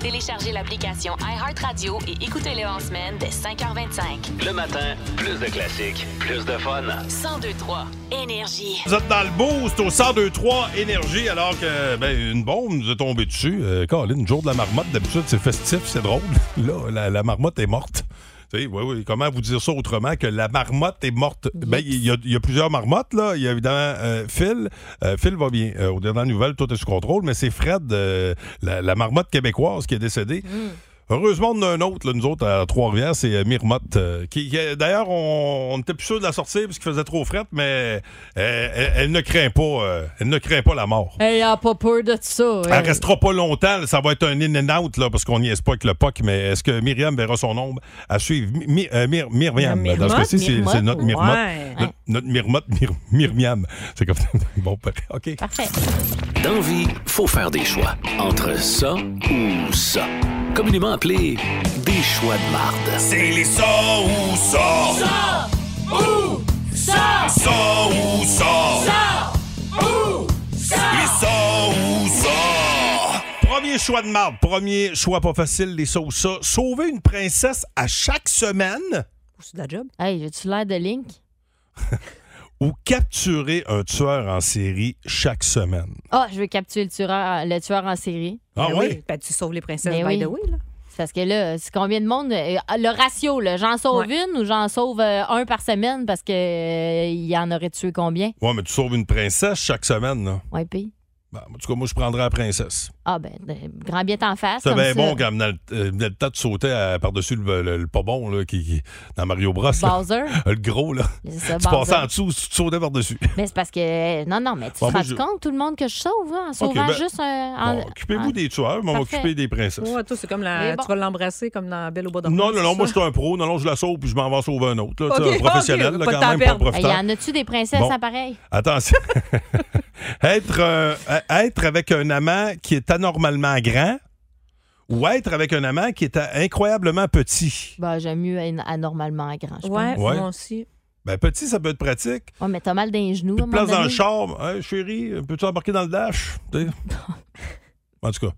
Speaker 1: Téléchargez l'application iHeartRadio et écoutez-le en semaine dès 5h25.
Speaker 6: Le matin, plus de classiques, plus de fun.
Speaker 1: 1023 Énergie.
Speaker 2: Vous êtes dans le boost au 1023 énergie alors que ben, une bombe nous est tombée dessus. Euh, Colin, jour de la marmotte, d'habitude c'est festif, c'est drôle. Là, la, la marmotte est morte. Tu sais, oui, oui, comment vous dire ça autrement que la marmotte est morte? Ben, il y, a- il y a plusieurs marmottes, là. Il y a évidemment euh, Phil. Euh, Phil va bien. Euh, aux dernières nouvelles, tout est sous contrôle, mais c'est Fred, euh, la, la marmotte québécoise, qui est décédée. Heureusement, on en a un autre, là, nous autres, à Trois-Rivières, c'est euh, Mirmotte. euh, qui, qui- D'ailleurs, on on n'était plus sûr de la sortir parce qu'il faisait trop fret, mais euh, elle, elle ne craint pas, euh, elle ne craint pas la mort.
Speaker 3: Hey, elle a pas peur de ça. hein.
Speaker 2: Elle restera pas longtemps, là, ça va être un in and out, là, parce qu'on n'y est pas avec le POC, mais est-ce que Myriam verra son ombre à suivre? Mi- mi- euh, Myr- Myriam,
Speaker 7: Myr-
Speaker 2: dans ce cas-ci, c'est
Speaker 3: Mirmotte,
Speaker 2: c'est notre Mirmotte.
Speaker 7: Ouais.
Speaker 2: Notre, notre Mirmotte, Myr- Myriam. C'est comme Bon, OK.
Speaker 3: Parfait.
Speaker 6: Dans vie, faut faire des choix. Entre ça ou ça. Communément appelé des choix de marde.
Speaker 2: C'est les ça ou ça. Ça ou ça. Ça ou ça. Ça ou ça. Les ça ou ça. Premier choix de marde, premier choix pas facile, les ça ou ça. Sauver une princesse à chaque semaine
Speaker 7: C'est de la job.
Speaker 3: Hey, as-tu l'air de Link?
Speaker 2: ou capturer un tueur en série chaque semaine?
Speaker 3: Ah, je veux capturer le tueur, le tueur en série.
Speaker 2: Ah
Speaker 7: Ben
Speaker 2: oui?
Speaker 7: oui, Ben, tu sauves les princesses,
Speaker 3: Ben
Speaker 7: by
Speaker 3: oui.
Speaker 7: the way, là.
Speaker 3: C'est parce que là, c'est combien de monde? euh, Le ratio, là, j'en sauve une ou j'en sauve euh, un par semaine parce que euh, il y en aurait tué combien?
Speaker 2: Ouais, mais tu sauves une princesse chaque semaine, là.
Speaker 3: Ouais, puis.
Speaker 2: Ben, en tout cas, moi, je prendrais la princesse.
Speaker 3: Ah, ben, euh, grand bien t'en face.
Speaker 2: C'est
Speaker 3: comme
Speaker 2: bien
Speaker 3: ça.
Speaker 2: bon quand venait le, euh, venait le temps de sauter à- par-dessus le, le- le pas bon là, qui, qui- dans Mario Bros. là.
Speaker 3: Bowser.
Speaker 2: Le gros, là.
Speaker 3: C'est ça,
Speaker 2: Tu passais
Speaker 3: Bowser.
Speaker 2: en dessous, tu te sautais par-dessus.
Speaker 3: Mais c'est parce que. euh, Non, non, mais tu
Speaker 2: Bon,
Speaker 3: te
Speaker 2: moi,
Speaker 3: rends
Speaker 2: je-
Speaker 3: compte, tout le monde que je sauve, hein, en sauvant
Speaker 2: ben,
Speaker 3: juste un. en-
Speaker 2: Bon, Occupez-vous
Speaker 3: en-
Speaker 2: des tueurs, mais on va
Speaker 3: Parfait.
Speaker 2: occuper des princesses.
Speaker 7: Ouais, toi, c'est comme
Speaker 3: Mais
Speaker 7: la.
Speaker 3: bon.
Speaker 7: Tu vas l'embrasser comme dans Belle au bois dormant.
Speaker 2: Non, non,
Speaker 7: c'est
Speaker 2: non, moi
Speaker 7: ça?
Speaker 2: je suis un pro. Non, non, je la sauve puis je m'en vais en sauver un autre. Là,
Speaker 7: Ok,
Speaker 2: Tu sais, un professionnel,
Speaker 7: ok,
Speaker 2: là,
Speaker 7: pas de temps
Speaker 2: quand
Speaker 7: à
Speaker 2: même, pas un
Speaker 7: perdre.
Speaker 3: Hey, y
Speaker 2: profiteur.
Speaker 3: en a-tu des princesses
Speaker 2: Bon.
Speaker 3: à pareil?
Speaker 2: Attention. être, euh, euh, être avec un amant qui est anormalement grand ou être avec un amant qui est euh, incroyablement petit.
Speaker 3: Bah, j'aime mieux an- anormalement grand. Je
Speaker 7: Ouais,
Speaker 3: Pense.
Speaker 2: Ouais.
Speaker 7: moi aussi.
Speaker 2: Ben, petit, ça peut être pratique.
Speaker 3: Ouais, mais t'as mal dans les genoux. à un
Speaker 2: Plus de
Speaker 3: moment
Speaker 2: place dans
Speaker 3: donné.
Speaker 2: le char. Hey, chérie, peux-tu embarquer dans le dash? Tu sais. en tout cas,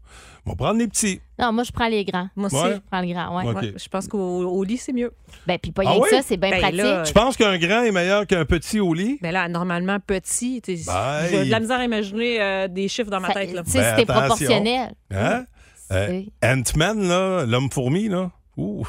Speaker 2: on va prendre les petits.
Speaker 3: Non, moi, je prends les grands.
Speaker 7: Moi aussi.
Speaker 2: Ouais.
Speaker 3: Je prends le grand, ouais.
Speaker 2: Ouais.
Speaker 7: Ouais,
Speaker 2: Ok.
Speaker 7: je pense qu'au au lit, c'est mieux.
Speaker 3: Ben, puis pas
Speaker 2: Ah
Speaker 3: rien que
Speaker 2: oui?
Speaker 3: ça, c'est bien
Speaker 7: Ben
Speaker 3: pratique.
Speaker 7: là,
Speaker 2: Tu penses qu'un grand est meilleur qu'un petit au lit?
Speaker 7: Mais là, normalement, petit, t'es-
Speaker 2: Ben,
Speaker 7: j'ai de la
Speaker 2: il-
Speaker 7: misère à imaginer euh, des chiffres dans ma
Speaker 3: Ça-
Speaker 7: tête. Là.
Speaker 3: Tu sais,
Speaker 2: Ben,
Speaker 3: c'était
Speaker 2: attention.
Speaker 3: proportionnel.
Speaker 2: Hein? Euh,
Speaker 3: C'est-
Speaker 2: Ant-Man, là, l'homme fourmi, là. Ouh,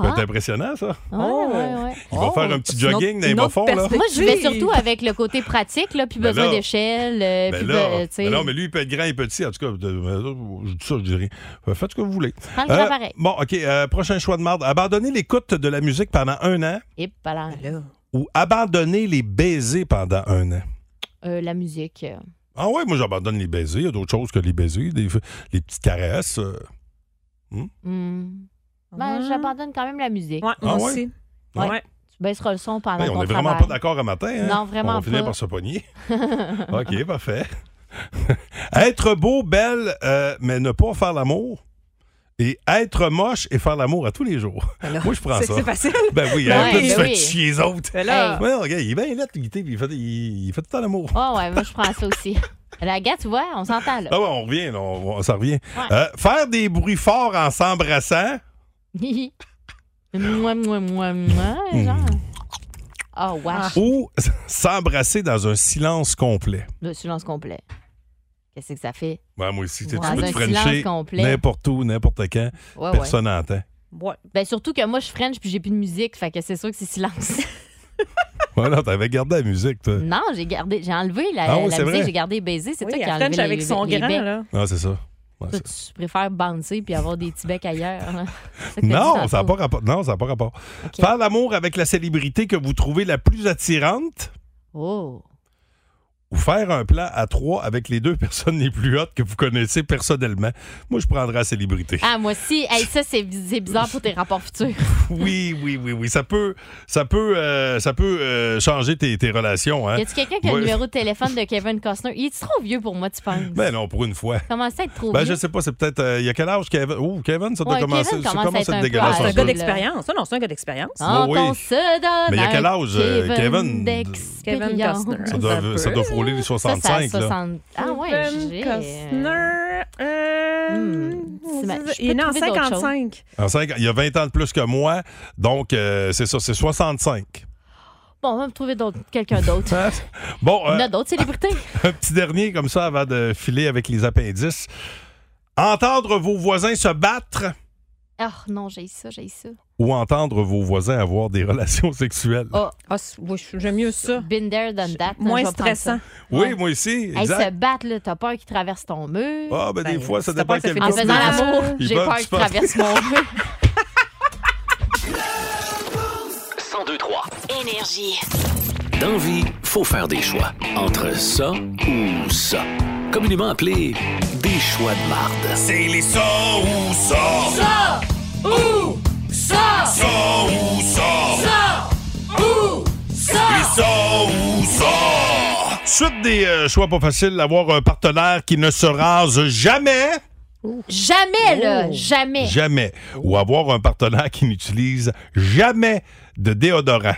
Speaker 3: Ah,
Speaker 2: c'est impressionnant, ça.
Speaker 3: ouais,
Speaker 7: Oh.
Speaker 3: ouais, ouais.
Speaker 2: Il va
Speaker 7: Oh,
Speaker 2: faire un petit
Speaker 7: c'est une
Speaker 2: jogging
Speaker 7: autre-
Speaker 2: dans les
Speaker 7: une autre
Speaker 2: bas-fonds, là.
Speaker 7: perspective.
Speaker 3: Moi, je vais surtout avec le côté pratique, là, puis
Speaker 2: Ben
Speaker 3: besoin
Speaker 2: là.
Speaker 3: d'échelle. euh,
Speaker 2: Ben
Speaker 3: puis
Speaker 2: là,
Speaker 3: be- tu sais.
Speaker 2: ben non, mais lui, il peut être grand et petit. En tout cas, de- euh, je dis ça, je dis rien. Euh, Faites ce que vous voulez.
Speaker 3: Prends le grand
Speaker 2: Euh,
Speaker 3: pareil.
Speaker 2: bon, OK. euh, prochain choix de marde. Abandonner l'écoute de la musique pendant un an
Speaker 3: Hip, voilà.
Speaker 7: Ben Là,
Speaker 2: ou abandonner les baisers pendant un an?
Speaker 3: Euh, la musique. euh.
Speaker 2: Ah ouais, moi, j'abandonne les baisers. Il y a d'autres choses que les baisers. des- les petites caresses. euh.
Speaker 3: Hmm. Ben,
Speaker 7: Ouais.
Speaker 3: hmm. j'abandonne quand même la musique.
Speaker 7: Ouais, moi
Speaker 2: Ah ouais?
Speaker 7: aussi.
Speaker 3: Ouais.
Speaker 7: Ouais.
Speaker 3: Tu baissera le son pendant
Speaker 2: Hey, on
Speaker 3: qu'on
Speaker 2: n'est vraiment
Speaker 3: Ah, travaille.
Speaker 2: pas d'accord à matin. Hein?
Speaker 3: Non, vraiment
Speaker 2: On va finir
Speaker 3: pas.
Speaker 2: par se pogner. OK, parfait. être beau, belle, euh, mais ne pas faire l'amour. Et être moche et faire l'amour à tous les jours. Moi, je prends
Speaker 7: c'est-
Speaker 2: ça.
Speaker 7: c'est facile.
Speaker 2: Ben oui,
Speaker 7: Ben
Speaker 2: hein,
Speaker 7: oui.
Speaker 2: tu
Speaker 7: Ben
Speaker 2: fais
Speaker 7: oui.
Speaker 2: chier les autres.
Speaker 7: Ben là.
Speaker 2: Ouais, regarde, il est bien là, Guité, puis il fait, il, il fait tout le temps l'amour.
Speaker 3: Ah ouais, moi, je prends ça aussi. La gars, tu vois, on s'entend, là.
Speaker 2: Ah ouais, on revient, là, on, on- ça revient.
Speaker 3: Ouais.
Speaker 2: Euh, faire des bruits forts en s'embrassant.
Speaker 3: moi, moi, moi,
Speaker 2: Hmm.
Speaker 3: moi, genre. Ah, wesh.
Speaker 2: Ou s'embrasser dans un silence complet.
Speaker 3: Le silence complet. Qu'est-ce que ça fait?
Speaker 2: Ouais, moi aussi, tu
Speaker 3: Dans
Speaker 2: peux te
Speaker 3: un
Speaker 2: frencher
Speaker 3: silence complet.
Speaker 2: n'importe où, n'importe quand.
Speaker 3: Ouais,
Speaker 2: personne
Speaker 3: ouais.
Speaker 2: n'entend.
Speaker 3: Ben, surtout que moi, je French puis j'ai plus de musique, fait que c'est sûr que c'est silence.
Speaker 2: Voilà, t'avais gardé la musique, toi.
Speaker 3: non, j'ai gardé, j'ai enlevé la,
Speaker 2: Ah oui,
Speaker 3: la
Speaker 2: c'est vrai.
Speaker 3: musique, j'ai gardé baiser, c'est
Speaker 7: Oui,
Speaker 3: toi qui
Speaker 7: elle
Speaker 3: as enlevé
Speaker 7: French
Speaker 3: les-
Speaker 7: avec son
Speaker 3: les
Speaker 7: grand,
Speaker 3: becs.
Speaker 7: là.
Speaker 2: Ah, c'est ça. Ouais,
Speaker 3: Toi, tu préfères bouncer puis avoir des petits becs ailleurs. là. C'est ce que tu
Speaker 2: Non,
Speaker 3: dis
Speaker 2: ça n'a
Speaker 3: tantôt.
Speaker 2: pas rapport. Non, ça n'a pas rapport. Faire l'amour avec la célébrité que vous trouvez la plus attirante.
Speaker 3: Oh.
Speaker 2: Ou faire un plan à trois avec les deux personnes les plus hautes que vous connaissez personnellement. Moi, je prendrais la célébrité.
Speaker 3: Ah, moi aussi. Hey, ça, c'est bi- c'est bizarre pour tes rapports futurs.
Speaker 2: Oui, oui, oui, oui. Ça peut, ça peut, euh, ça peut euh, changer tes, tes relations. Hein?
Speaker 3: Y a-tu quelqu'un qui a
Speaker 2: Ouais.
Speaker 3: le numéro de téléphone de Kevin Costner? Il est trop vieux pour moi, tu penses?
Speaker 2: Ben non, pour une fois.
Speaker 3: Comment ça être trop
Speaker 2: Ben,
Speaker 3: vieux?
Speaker 2: je sais pas, c'est peut-être. euh, Il y a quel âge, Kevin? Ouh, Kevin, ça doit
Speaker 3: Ouais,
Speaker 2: commencer.
Speaker 3: Kevin
Speaker 2: ça
Speaker 3: commence à être un peu
Speaker 2: dégueulasse. un
Speaker 3: âgé.
Speaker 7: C'est un gars
Speaker 2: peu.
Speaker 7: d'expérience. Non, non, c'est un gars d'expérience.
Speaker 2: Ah,
Speaker 3: Quand
Speaker 2: oui.
Speaker 3: on se donne
Speaker 2: Mais il y a quel
Speaker 3: un
Speaker 2: âge, euh, Kevin?
Speaker 3: d'expérience.
Speaker 7: Kevin Costner.
Speaker 2: Ça doit, ça doit frôler les
Speaker 3: Ça,
Speaker 2: 65.
Speaker 3: ça a
Speaker 2: là.
Speaker 3: 60 Ah ouais,
Speaker 7: Kevin
Speaker 3: j'ai...
Speaker 7: Costner. euh,
Speaker 3: Hmm, c'est ma- je
Speaker 7: Il est
Speaker 3: peux
Speaker 7: né en
Speaker 3: trouver d'autres
Speaker 7: 55.
Speaker 2: En cinq- il y a 20 ans de plus que moi, donc euh, c'est ça, c'est 65.
Speaker 3: Bon, on va me trouver d'autres- quelqu'un d'autre.
Speaker 2: Bon, euh,
Speaker 3: On a d'autres célébrités.
Speaker 2: un petit dernier comme ça avant de filer avec les appendices. Entendre vos voisins se battre
Speaker 3: Ah non, j'ai ça, j'ai ça.
Speaker 2: ou entendre vos voisins avoir des relations sexuelles.
Speaker 3: Oh,
Speaker 7: Ah, c'est- oui, j'aime mieux ça.
Speaker 3: been there, done that. hein,
Speaker 7: Moins
Speaker 3: Je vais prendre
Speaker 7: stressant.
Speaker 3: ça.
Speaker 2: Oui, moi aussi,
Speaker 3: Hey, se
Speaker 2: exact.
Speaker 3: battre, là, t'as peur qu'il traverse ton mur.
Speaker 2: Ah, ben, des
Speaker 7: Ben,
Speaker 2: fois, ça
Speaker 7: si t'as
Speaker 2: dépend
Speaker 7: peur que
Speaker 2: quel
Speaker 7: ça fait
Speaker 3: en
Speaker 2: couple
Speaker 3: faisant
Speaker 2: de-
Speaker 3: l'amour,
Speaker 2: Ils
Speaker 3: j'ai
Speaker 2: peuvent
Speaker 3: peur
Speaker 2: se
Speaker 3: qu'il
Speaker 2: faire-
Speaker 3: traverse mon mur.
Speaker 6: 1023.
Speaker 1: Énergie.
Speaker 6: Dans vie, faut faire des choix. Entre ça ou ça. Communément appelé des choix de marde.
Speaker 2: C'est les ça ou
Speaker 11: Oh.
Speaker 2: ça.
Speaker 11: Ça ou ça
Speaker 2: Ça ou ça.
Speaker 11: Ça ou ça
Speaker 2: Les ça ou ça. Suite des euh, choix pas faciles, avoir un partenaire qui ne se rase jamais.
Speaker 3: Jamais, là,
Speaker 7: Oh.
Speaker 3: jamais.
Speaker 2: Jamais. Ou avoir un partenaire qui n'utilise jamais de déodorant.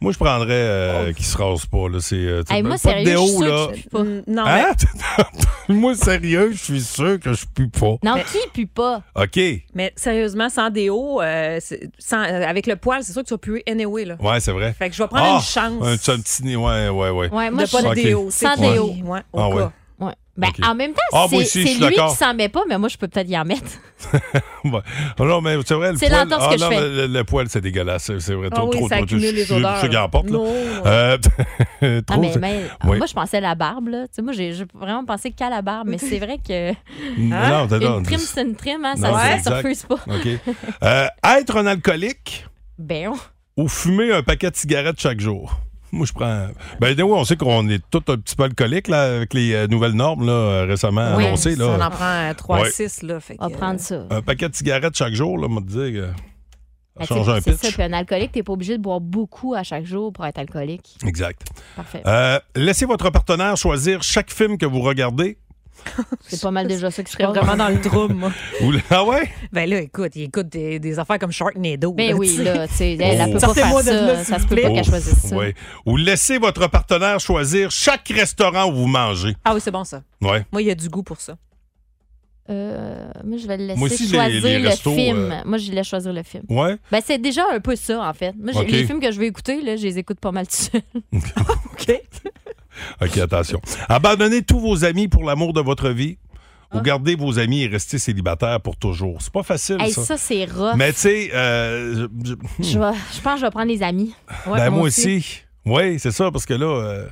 Speaker 2: Moi, je prendrais euh, qui se rase pas. Là, c'est, euh, tu sais,
Speaker 3: Oh. Hey, moi,
Speaker 2: même pas de
Speaker 3: sérieux,
Speaker 2: déo,
Speaker 3: je suis sûre
Speaker 2: là.
Speaker 3: que je pue pas.
Speaker 7: Mm, Non,
Speaker 2: Hein? Moi, sérieux, je suis sûr que je pue pas.
Speaker 3: Non, qui pue pas?
Speaker 2: OK. Ouais,
Speaker 7: mais, mais sérieusement, sans déo, euh, c'est- sans- euh, avec le poil, c'est sûr que tu vas puer anyway. Là.
Speaker 2: c'est vrai.
Speaker 7: Fait que je vais prendre
Speaker 2: Ah!
Speaker 7: une chance.
Speaker 2: Un, petit- un petit nez, ouais, ouais, ouais.
Speaker 3: Ouais, moi,
Speaker 7: de
Speaker 3: je
Speaker 7: pas de
Speaker 2: Ok.
Speaker 7: déo.
Speaker 3: Sans
Speaker 7: c'est-
Speaker 3: déo.
Speaker 7: Ouais, au
Speaker 2: Ah
Speaker 7: cas.
Speaker 2: ouais.
Speaker 3: Ouais. Ben,
Speaker 2: Ok.
Speaker 3: en même temps,
Speaker 2: Ah, moi
Speaker 3: c'est
Speaker 2: aussi, je
Speaker 3: c'est
Speaker 2: suis
Speaker 3: lui
Speaker 2: d'accord.
Speaker 3: qui s'en met pas, mais moi, je peux peut-être y en mettre.
Speaker 2: Ouais. Ah non, mais c'est vrai, le
Speaker 3: C'est
Speaker 2: poil. ah,
Speaker 3: l'entorse que je
Speaker 2: non,
Speaker 3: fais.
Speaker 2: Le, le poil, c'est dégueulasse. C'est c'est vrai,
Speaker 7: Ah
Speaker 2: trop,
Speaker 7: oui,
Speaker 2: trop,
Speaker 7: ça
Speaker 2: trop.
Speaker 7: accumule
Speaker 2: je-
Speaker 7: les
Speaker 2: je-
Speaker 7: odeurs.
Speaker 2: Je garde là.
Speaker 7: Non,
Speaker 2: Euh,
Speaker 3: Ah,
Speaker 2: trop.
Speaker 3: mais,
Speaker 2: c'est-
Speaker 3: mais-
Speaker 2: oui.
Speaker 3: Moi, je pensais à la barbe, là. Tu sais, moi, j'ai j'ai vraiment pensé qu'à la barbe, mais c'est vrai que
Speaker 7: Ah.
Speaker 2: Non, t'as- non,
Speaker 3: une trim, c'est une trim, hein,
Speaker 2: Non,
Speaker 3: ça
Speaker 2: c'est
Speaker 3: ne se
Speaker 2: exact.
Speaker 3: refuse pas.
Speaker 2: OK. Euh, être un alcoolique
Speaker 3: Ben,
Speaker 2: ou fumer un paquet de cigarettes chaque jour? Moi, je prends. Ben, oui, on sait qu'on est tous un petit peu alcooliques, là, avec les euh, nouvelles normes, là, euh, récemment
Speaker 7: Oui,
Speaker 2: annoncées,
Speaker 7: ça, On
Speaker 2: là.
Speaker 7: en
Speaker 3: euh,
Speaker 7: prend 3
Speaker 2: Ouais. Euh,
Speaker 7: 6 là. Fait
Speaker 3: on va
Speaker 7: que,
Speaker 3: prendre ça.
Speaker 2: Un paquet de cigarettes chaque jour, là, m'a dit que ça
Speaker 3: Ben,
Speaker 2: change un
Speaker 3: c'est- C'est ça,
Speaker 2: pitch.
Speaker 3: puis un alcoolique, t'es pas obligé de boire beaucoup à chaque jour pour être alcoolique.
Speaker 2: Exact.
Speaker 3: Parfait.
Speaker 2: Euh, laissez votre partenaire choisir chaque film que vous regardez.
Speaker 3: C'est pas mal déjà ça qui
Speaker 7: Je
Speaker 3: serait
Speaker 7: serais vraiment dans le trouble, moi.
Speaker 2: Ou... Ah ouais?
Speaker 7: Ben là, écoute, il écoute des, des affaires comme Sharknado.
Speaker 3: Ben oui,
Speaker 7: tu sais.
Speaker 3: là, tu sais, elle, elle peut pas
Speaker 7: Sortez-moi
Speaker 3: faire
Speaker 7: de là,
Speaker 3: ça.
Speaker 7: s'il
Speaker 3: Ça se peut
Speaker 7: vous
Speaker 3: pas
Speaker 7: plaît.
Speaker 3: qu'elle choisisse ça.
Speaker 2: Ouais. Ou laissez votre partenaire choisir chaque restaurant où vous mangez.
Speaker 7: Ah oui, c'est bon ça.
Speaker 2: Ouais.
Speaker 7: Moi, il y a du goût pour ça.
Speaker 3: Euh, moi, je vais le laisser
Speaker 2: Moi aussi, les-
Speaker 3: choisir
Speaker 2: les
Speaker 3: le
Speaker 2: restos,
Speaker 3: film.
Speaker 2: euh,
Speaker 3: Moi, je laisse choisir le film.
Speaker 2: Ouais?
Speaker 3: Ben, c'est déjà un peu ça, en fait. Moi, j'ai-
Speaker 2: Ok.
Speaker 3: les films que je vais écouter, là, je les écoute pas mal tout seul.
Speaker 7: OK.
Speaker 2: OK, attention. Abandonnez tous vos amis pour l'amour de votre vie ou gardez vos amis et restez célibataire pour toujours. C'est pas facile,
Speaker 3: Hey,
Speaker 2: ça.
Speaker 3: ça, c'est rough.
Speaker 2: Mais tu sais, euh, je- je-
Speaker 3: Je, vais- je pense que je vais prendre les amis.
Speaker 7: Ouais,
Speaker 2: ben, moi aussi. Oui, c'est ça, parce que là, euh,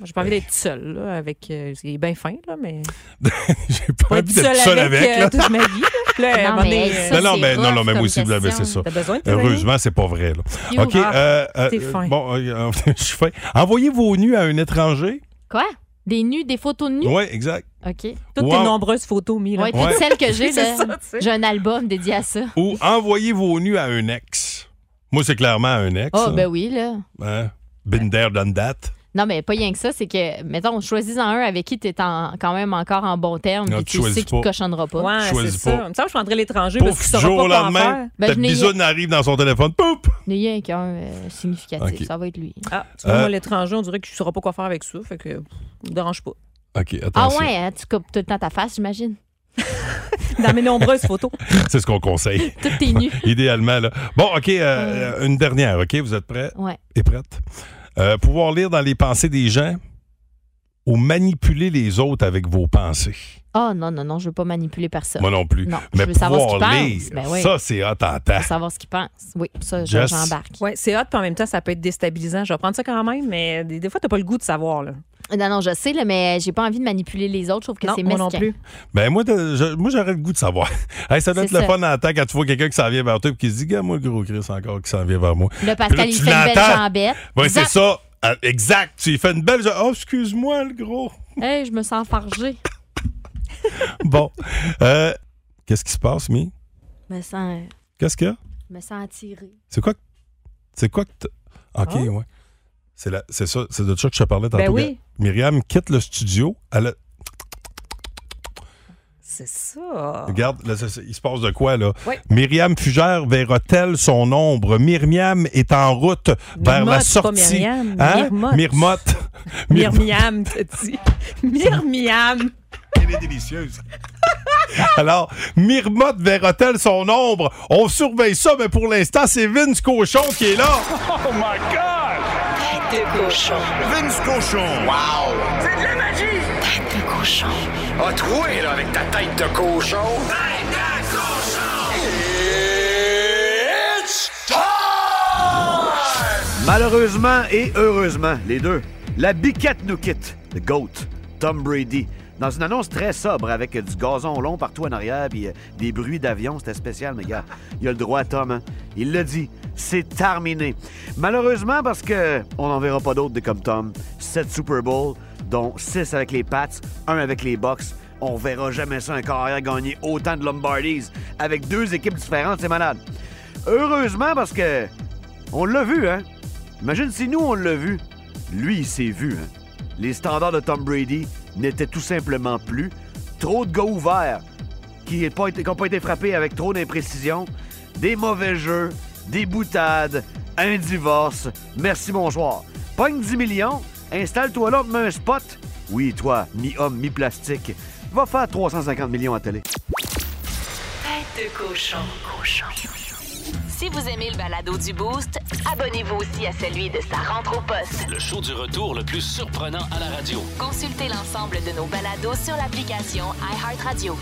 Speaker 7: Moi, J'ai pas envie d'être seule, là, avec. euh, il est bien fin, là, mais.
Speaker 2: j'ai pas
Speaker 7: Pas
Speaker 2: envie d'être seul avec.
Speaker 7: euh,
Speaker 2: là.
Speaker 7: toute ma vie, là. Là, à un
Speaker 3: Non,
Speaker 7: moment donné,
Speaker 3: mais
Speaker 7: euh,
Speaker 3: ça,
Speaker 2: non, non,
Speaker 3: c'est
Speaker 2: mais, non,
Speaker 3: rough
Speaker 2: non, mais moi
Speaker 3: comme
Speaker 2: aussi, ben,
Speaker 3: question.
Speaker 2: c'est ça.
Speaker 7: T'as besoin de tes amis?
Speaker 2: Heureusement, c'est pas vrai. Là.
Speaker 3: You.
Speaker 2: OK.
Speaker 7: Ah,
Speaker 2: euh, euh,
Speaker 7: t'es fin.
Speaker 2: Bon, euh, je suis fin. Envoyez vos nus à un étranger.
Speaker 3: Quoi? Des nus, des photos de nus?
Speaker 2: Oui, exact.
Speaker 3: OK.
Speaker 7: Toutes
Speaker 2: Wow.
Speaker 7: tes nombreuses photos mises, là.
Speaker 3: Ouais, toutes
Speaker 2: Ouais.
Speaker 3: celles que j'ai,
Speaker 7: C'est
Speaker 3: là,
Speaker 7: ça, tu sais.
Speaker 3: j'ai un album dédié à ça.
Speaker 2: Ou envoyez vos nus à un ex. Moi, c'est clairement un ex.
Speaker 3: Ah,
Speaker 2: ça.
Speaker 3: ben oui, là.
Speaker 2: Hein? Been there, done that.
Speaker 3: Non, mais pas rien que ça, c'est que, mettons, choisis-en un avec qui tu es quand même encore en bon terme,
Speaker 2: Non,
Speaker 3: puis
Speaker 2: tu
Speaker 3: tu sais
Speaker 2: choisis
Speaker 3: que tu ne
Speaker 2: pas.
Speaker 3: cochonneras pas.
Speaker 7: Ouais,
Speaker 2: Choisis
Speaker 7: c'est ça.
Speaker 2: pas.
Speaker 7: Il me semble que je prendrais l'étranger parce
Speaker 2: Pouf,
Speaker 7: qu'ils
Speaker 2: du jour
Speaker 7: sauront pas
Speaker 2: au
Speaker 7: quoi
Speaker 2: lendemain,
Speaker 7: faire. Ben,
Speaker 2: ta
Speaker 7: je n'ai-
Speaker 2: bisoune
Speaker 3: euh,
Speaker 2: arrive dans son téléphone. Pouf!
Speaker 3: N'ayez rien qu'un euh, significatif,
Speaker 2: Ok.
Speaker 3: ça va être lui.
Speaker 7: Ah, tu vois,
Speaker 2: Euh.
Speaker 7: moi, l'étranger, on dirait que je ne saurais pas quoi faire avec ça. Fait que, pff, ça me dérange pas.
Speaker 2: OK, attention.
Speaker 3: ouais, hein, tu coupes tout le temps ta face, j'imagine.
Speaker 7: Dans mes nombreuses photos.
Speaker 2: C'est ce qu'on conseille.
Speaker 3: Tout est nu.
Speaker 2: Idéalement, là. Bon, OK, euh, une dernière, OK? Vous êtes prêts?
Speaker 3: Ouais.
Speaker 2: Et prête? Euh, pouvoir lire dans les pensées des gens ou manipuler les autres avec vos pensées.
Speaker 3: Ah non, non, non, je veux pas manipuler personne.
Speaker 2: Moi non plus.
Speaker 3: Non,
Speaker 2: Mais
Speaker 3: je veux savoir ce qu'il
Speaker 2: pouvoir
Speaker 3: pense.
Speaker 2: lire,
Speaker 3: Ben oui.
Speaker 2: ça, c'est hot en temps.
Speaker 3: Je veux savoir ce qu'il pense. Oui, ça, je-
Speaker 2: Jess.
Speaker 3: j'embarque.
Speaker 7: Oui, c'est hot, puis en même temps, ça peut être déstabilisant. Je vais prendre ça quand même, mais des, des fois, tu pas le goût de savoir. Là.
Speaker 3: Non, non, je sais, là, mais Eh, j'ai pas envie de manipuler les autres. Je trouve que
Speaker 7: Non,
Speaker 3: c'est
Speaker 7: moi
Speaker 3: mesquin.
Speaker 7: non plus.
Speaker 2: Ben moi, de- je- moi j'aurais le goût de savoir. Hey, ça doit être
Speaker 3: C'est
Speaker 2: le
Speaker 3: ça.
Speaker 2: fun en temps quand tu vois quelqu'un qui s'en vient vers toi et qui se dit, gars, moi, le gros Chris encore qui s'en vient vers moi.
Speaker 3: Le
Speaker 2: Puis là,
Speaker 3: Pascal, il
Speaker 2: tu
Speaker 3: fait une belle
Speaker 2: l'entends.
Speaker 3: jambette.
Speaker 2: Ben, c'est
Speaker 3: Zap!
Speaker 2: ça. Ah, Exact. Tu lui fais une belle. jambe. Oh, excuse-moi, le gros.
Speaker 3: Hey, je me sens fargée.
Speaker 2: Bon. Euh, Qu'est-ce qui se passe, Mi?
Speaker 3: Je me sens,
Speaker 2: Qu'est-ce qu'il y a?
Speaker 3: je me sens attirée.
Speaker 2: C'est quoi que. C'est quoi que. t- OK,
Speaker 3: Ah.
Speaker 2: ouais. C'est la- c'est ça, c'est de ça que je te parlais tantôt.
Speaker 7: Ben oui.
Speaker 2: Myriam quitte le studio. Elle a-
Speaker 7: C'est ça.
Speaker 2: Regarde, là, ça- ça- il se passe de quoi, là?
Speaker 7: Oui.
Speaker 2: Myriam Fugère verra-t-elle son ombre? Myriam est en route vers la
Speaker 7: Myrmotte, pas
Speaker 2: sortie. Hein?
Speaker 7: Myriam, Myrmotte.
Speaker 2: Myrmote.
Speaker 7: Myrmiam, t'as dit. Myrmiam.
Speaker 2: Elle est délicieuse. Alors, Myrmotte verra-t-elle son ombre? On surveille ça, mais pour l'instant, c'est Vince Cochon qui est là.
Speaker 11: Oh my God! Tête de cochon.
Speaker 2: Vince Cochon.
Speaker 11: Wow! C'est de la magie! Tête de cochon. A troué, là, avec ta tête de cochon. Tête de cochon! It's
Speaker 12: Malheureusement et heureusement, les deux, la biquette nous quitte. Le GOAT, Tom Brady. Dans une annonce très sobre avec du gazon long partout en arrière puis euh, des bruits d'avion, c'était spécial, mais gars, il a le droit, Tom. hein. Il l'a dit, c'est terminé. Malheureusement, parce que on n'en verra pas d'autres de comme Tom. Sept Super Bowl, dont six avec les Pats, un avec les Bucks. On verra jamais ça un carrière gagner autant de Lombardies avec deux équipes différentes, c'est malade. Heureusement, parce que on l'a vu, hein? Imagine si nous, on l'a vu. Lui, il s'est vu, hein? Les standards de Tom Brady n'étaient tout simplement plus. Trop de gars ouverts qui n'ont pas, été- qui ont pas été frappés avec trop d'imprécision. Des mauvais jeux, des boutades, un divorce. Merci, bonsoir. Pogne 10 millions, installe-toi là, mets un spot. Oui, toi, mi-homme, mi-plastique, va faire 350 millions à télé.
Speaker 1: Tête de cochon. Si vous aimez le balado du Boost, abonnez-vous aussi à celui de sa rentre au poste.
Speaker 6: Le show du retour le plus surprenant à la radio.
Speaker 1: Consultez l'ensemble de nos balados sur l'application iHeartRadio.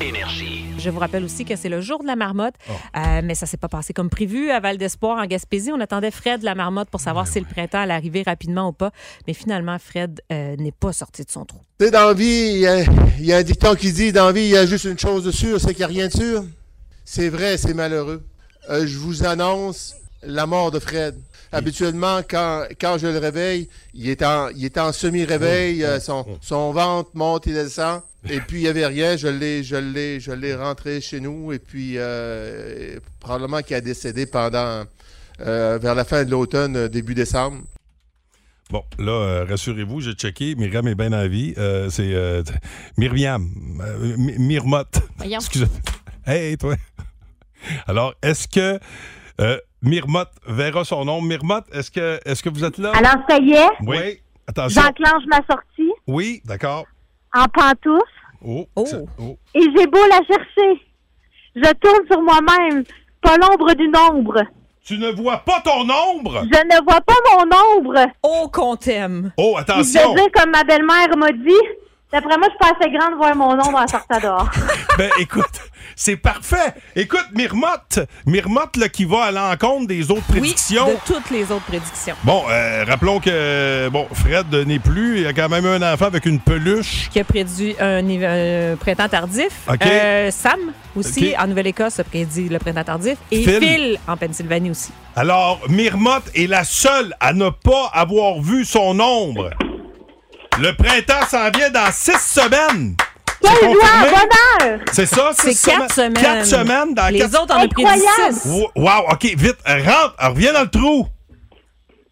Speaker 6: Énergie.
Speaker 7: Je vous rappelle aussi que c'est le jour de la marmotte, Euh, mais ça s'est pas passé comme prévu. À Val d'Espoir, en Gaspésie, on attendait Fred la marmotte pour savoir si le printemps allait arriver rapidement ou pas. Mais finalement, Fred euh, n'est pas sorti de son trou.
Speaker 9: Tu sais, dans la vie, il y, a- il y a un dicton qui dit dans la vie, il y a juste une chose de sûre, c'est qu'il n'y a rien de sûr. C'est vrai, c'est malheureux. Euh, je vous annonce la mort de Fred. Habituellement, quand, quand je le réveille, il est en, il est en semi-réveil, euh, son, son ventre monte et descend. Et puis, il n'y avait rien. Je l'ai, je l'ai, je l'ai rentré chez nous. Et puis, euh, probablement qu'il a décédé pendant, euh, vers la fin de l'automne, euh, début décembre.
Speaker 2: Bon, là, euh, rassurez-vous, j'ai checké. Myriam est bien en vie. Euh, c'est euh, Myriam. Euh, Mi- Myrmotte.
Speaker 3: Voyons.
Speaker 2: Excusez. Hey, toi. Alors, est-ce que euh, Myrmotte verra son nom? Myrmotte, est-ce que, est que vous êtes là?
Speaker 13: Alors, ça y est,
Speaker 2: Oui. Attention.
Speaker 13: j'enclenche ma sortie
Speaker 2: Oui, Oh. d'accord.
Speaker 13: en pantoufle
Speaker 2: Oh. ça- oh.
Speaker 13: et j'ai beau la chercher. Je tourne sur moi-même, pas l'ombre d'une ombre.
Speaker 2: Tu ne vois pas ton ombre?
Speaker 13: Je ne vois pas mon ombre.
Speaker 7: Oh, qu'on t'aime!
Speaker 2: Oh,
Speaker 13: Je
Speaker 2: attention!
Speaker 13: veux dire, comme ma belle-mère m'a dit, d'après moi, je suis pas assez grande de voir mon ombre en sortant dehors.
Speaker 2: Ben, écoute, c'est parfait. Écoute, Myrmotte, Myrmotte là, qui va à l'encontre des autres prédictions.
Speaker 7: de toutes les autres prédictions.
Speaker 2: Bon, euh, rappelons que bon, Fred n'est plus. Il y a quand même un enfant avec une peluche.
Speaker 7: Qui a prédit un, hiver- un printemps tardif.
Speaker 2: OK.
Speaker 7: Euh, Sam aussi,
Speaker 2: OK.
Speaker 7: en Nouvelle-Écosse, a prédit le printemps tardif. Et
Speaker 2: Phil.
Speaker 7: Phil, en Pennsylvanie aussi.
Speaker 2: Alors, Myrmotte est la seule à ne pas avoir vu son ombre. Le printemps s'en vient dans six semaines. C'est
Speaker 13: Quelle joie,
Speaker 2: confirmé?
Speaker 13: bonheur! heures.
Speaker 2: C'est ça, c'est
Speaker 7: C'est quatre
Speaker 2: sema-
Speaker 7: semaines.
Speaker 2: Quatre semaines dans
Speaker 7: Les
Speaker 2: quatre-
Speaker 7: autres en ont pris Incroyable. six.
Speaker 2: Wo- Wow, OK, vite, rentre, reviens dans le trou.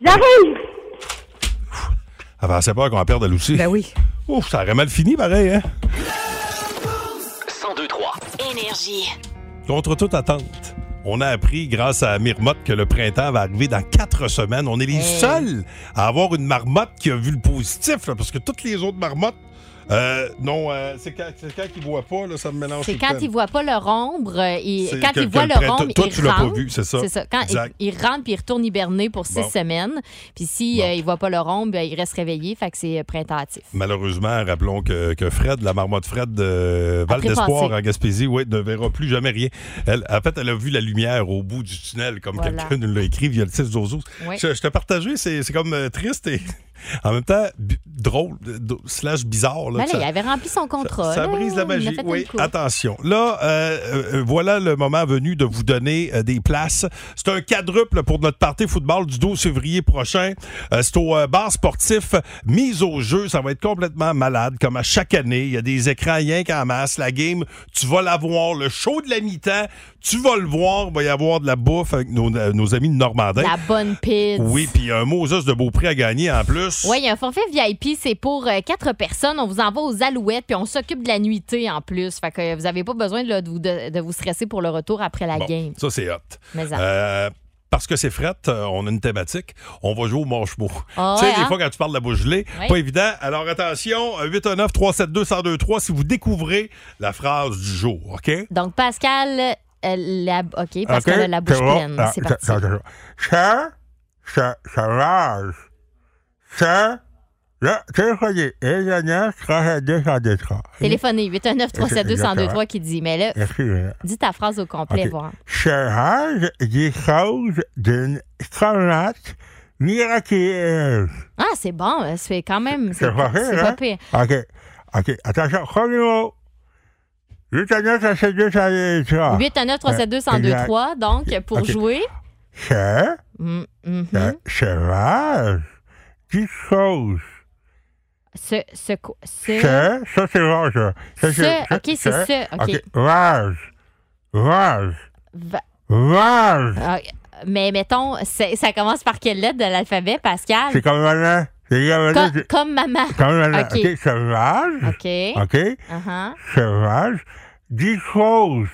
Speaker 13: J'arrive.
Speaker 2: Elle pensait peur ben, qu'on perde elle aussi. Ben
Speaker 7: oui.
Speaker 2: Ouf, ça aurait mal fini, pareil, hein?
Speaker 1: 102-3. Énergie.
Speaker 2: Contre toute attente, on a appris grâce à Mirmotte que le printemps va arriver dans quatre semaines. On est les seuls à avoir une marmotte qui a vu le positif, là, parce que toutes les autres marmottes, euh, non, euh, c'est quand, c'est quand ils ne voient pas, là, ça me mélange
Speaker 3: C'est
Speaker 2: tout le
Speaker 3: quand
Speaker 2: temps.
Speaker 3: ils voient pas leur ombre, euh, ils-
Speaker 2: C'est
Speaker 3: quand
Speaker 2: que-
Speaker 3: ils
Speaker 2: que
Speaker 3: voient
Speaker 2: le
Speaker 3: leur
Speaker 2: printemps-
Speaker 3: ombre,
Speaker 2: toi,
Speaker 3: ils
Speaker 2: tu l'as pas
Speaker 3: rentrent.
Speaker 2: vu, c'est ça.
Speaker 3: C'est ça. Quand ils,
Speaker 2: Exact.
Speaker 3: ils rentrent puis ils retournent hiberner pour six
Speaker 2: Bon.
Speaker 3: semaines. Puis si euh, ils voient pas leur ombre, ben, ils restent réveillés. Fait que c'est euh, printemps-actif.
Speaker 2: Malheureusement, rappelons que, que Fred, la marmotte Fred de Val d'Espoir
Speaker 3: trépassé.
Speaker 2: en Gaspésie, ouais, ne verra plus jamais rien. Elle, en fait, elle a vu la lumière au bout du tunnel, comme
Speaker 14: Voilà.
Speaker 2: quelqu'un nous l'a écrit via le 6 Zozo.
Speaker 14: Ouais.
Speaker 2: Je, je t'ai partagé, c'est c'est comme euh, triste et en même temps bi- drôle, d- d- slash bizarre. là,
Speaker 3: Ben là,
Speaker 2: ça-
Speaker 3: il avait rempli son contrat.
Speaker 2: ça
Speaker 3: là.
Speaker 2: brise la
Speaker 3: Il en a
Speaker 2: magie.
Speaker 3: fait
Speaker 2: Oui, Ah,
Speaker 3: une coupe.
Speaker 2: attention. Là, euh, euh, voilà le moment venu de vous donner euh, des places. C'est un quadruple pour notre party football du 12 février prochain. Euh, c'est au euh, bar sportif Mise au jeu. Ça va être complètement malade, comme à chaque année. Il y a des écrans rien qu'en masse. La game, tu vas la voir. Le show de la mi-temps, tu vas le voir. Il va y avoir de la bouffe avec nos, euh, nos amis de Normandin.
Speaker 3: La bonne pizza.
Speaker 2: Oui, puis il y a un Moses de Beaupré à gagner en plus.
Speaker 3: Oui, il y a un forfait VIP, c'est pour euh, quatre personnes. On vous envoie aux Alouettes, puis on s'occupe de la nuitée en plus. Fait que euh, vous n'avez pas besoin là, de, vous, de- de vous stresser pour le retour après la
Speaker 2: Bon,
Speaker 3: game.
Speaker 2: Ça, c'est hot.
Speaker 3: Mais ça.
Speaker 2: Euh, parce que c'est fret, euh, on a une thématique, on va jouer au manche-mot.
Speaker 3: Ah
Speaker 2: tu sais,
Speaker 3: ouais,
Speaker 2: des
Speaker 3: hein?
Speaker 2: fois, quand tu parles de la bouche gelée,
Speaker 3: Oui.
Speaker 2: pas évident. Alors, attention, euh, 819-372-1023 si vous découvrez la phrase du jour, OK?
Speaker 3: Donc, Pascal, euh, la, OK, Pascal a la bouche pleine.
Speaker 15: ah,
Speaker 3: C'est parti.
Speaker 15: Cher, cher, cher, cher, là, téléphonez, et la neuf, 32, 123.
Speaker 3: Téléphonez 819 372 1023
Speaker 15: Exactement.
Speaker 3: qui dit Mais là,
Speaker 15: Merci, madame.
Speaker 3: dis ta phrase au complet,
Speaker 15: Ok.
Speaker 3: voir.
Speaker 15: Cher, des choses d'une commerce miraculeuse.
Speaker 3: Ah, c'est bon, euh, c'est quand même. C'est
Speaker 15: C'est pas
Speaker 3: c'est
Speaker 15: pire,
Speaker 3: pas
Speaker 15: hein?
Speaker 3: pire.
Speaker 15: OK, OK, attention, premier mot. 819 372
Speaker 3: 819 372 1023 donc, pour
Speaker 15: Ok.
Speaker 3: jouer.
Speaker 15: Cher,
Speaker 3: Mm, mhm.
Speaker 15: cher, cher, des choses
Speaker 3: Ce, ce, quoi- ce-
Speaker 15: Ça, ça c'est rose. Ça,
Speaker 3: Ce, ok, c'est
Speaker 15: ça.
Speaker 3: ce, ok.
Speaker 15: Rose. Rose.
Speaker 3: va-
Speaker 15: Rose.
Speaker 3: Ah, mais mettons, c'est- ça commence par quelle lettre de l'alphabet, Pascal?
Speaker 15: C'est comme maman. C'est comme maman.
Speaker 3: Co-
Speaker 15: c'est-
Speaker 3: comme maman.
Speaker 15: Comme maman.
Speaker 3: OK.
Speaker 15: Ok, c'est rose.
Speaker 3: OK.
Speaker 15: Ok.
Speaker 3: Uh-huh.
Speaker 15: C'est rose. Dix choses.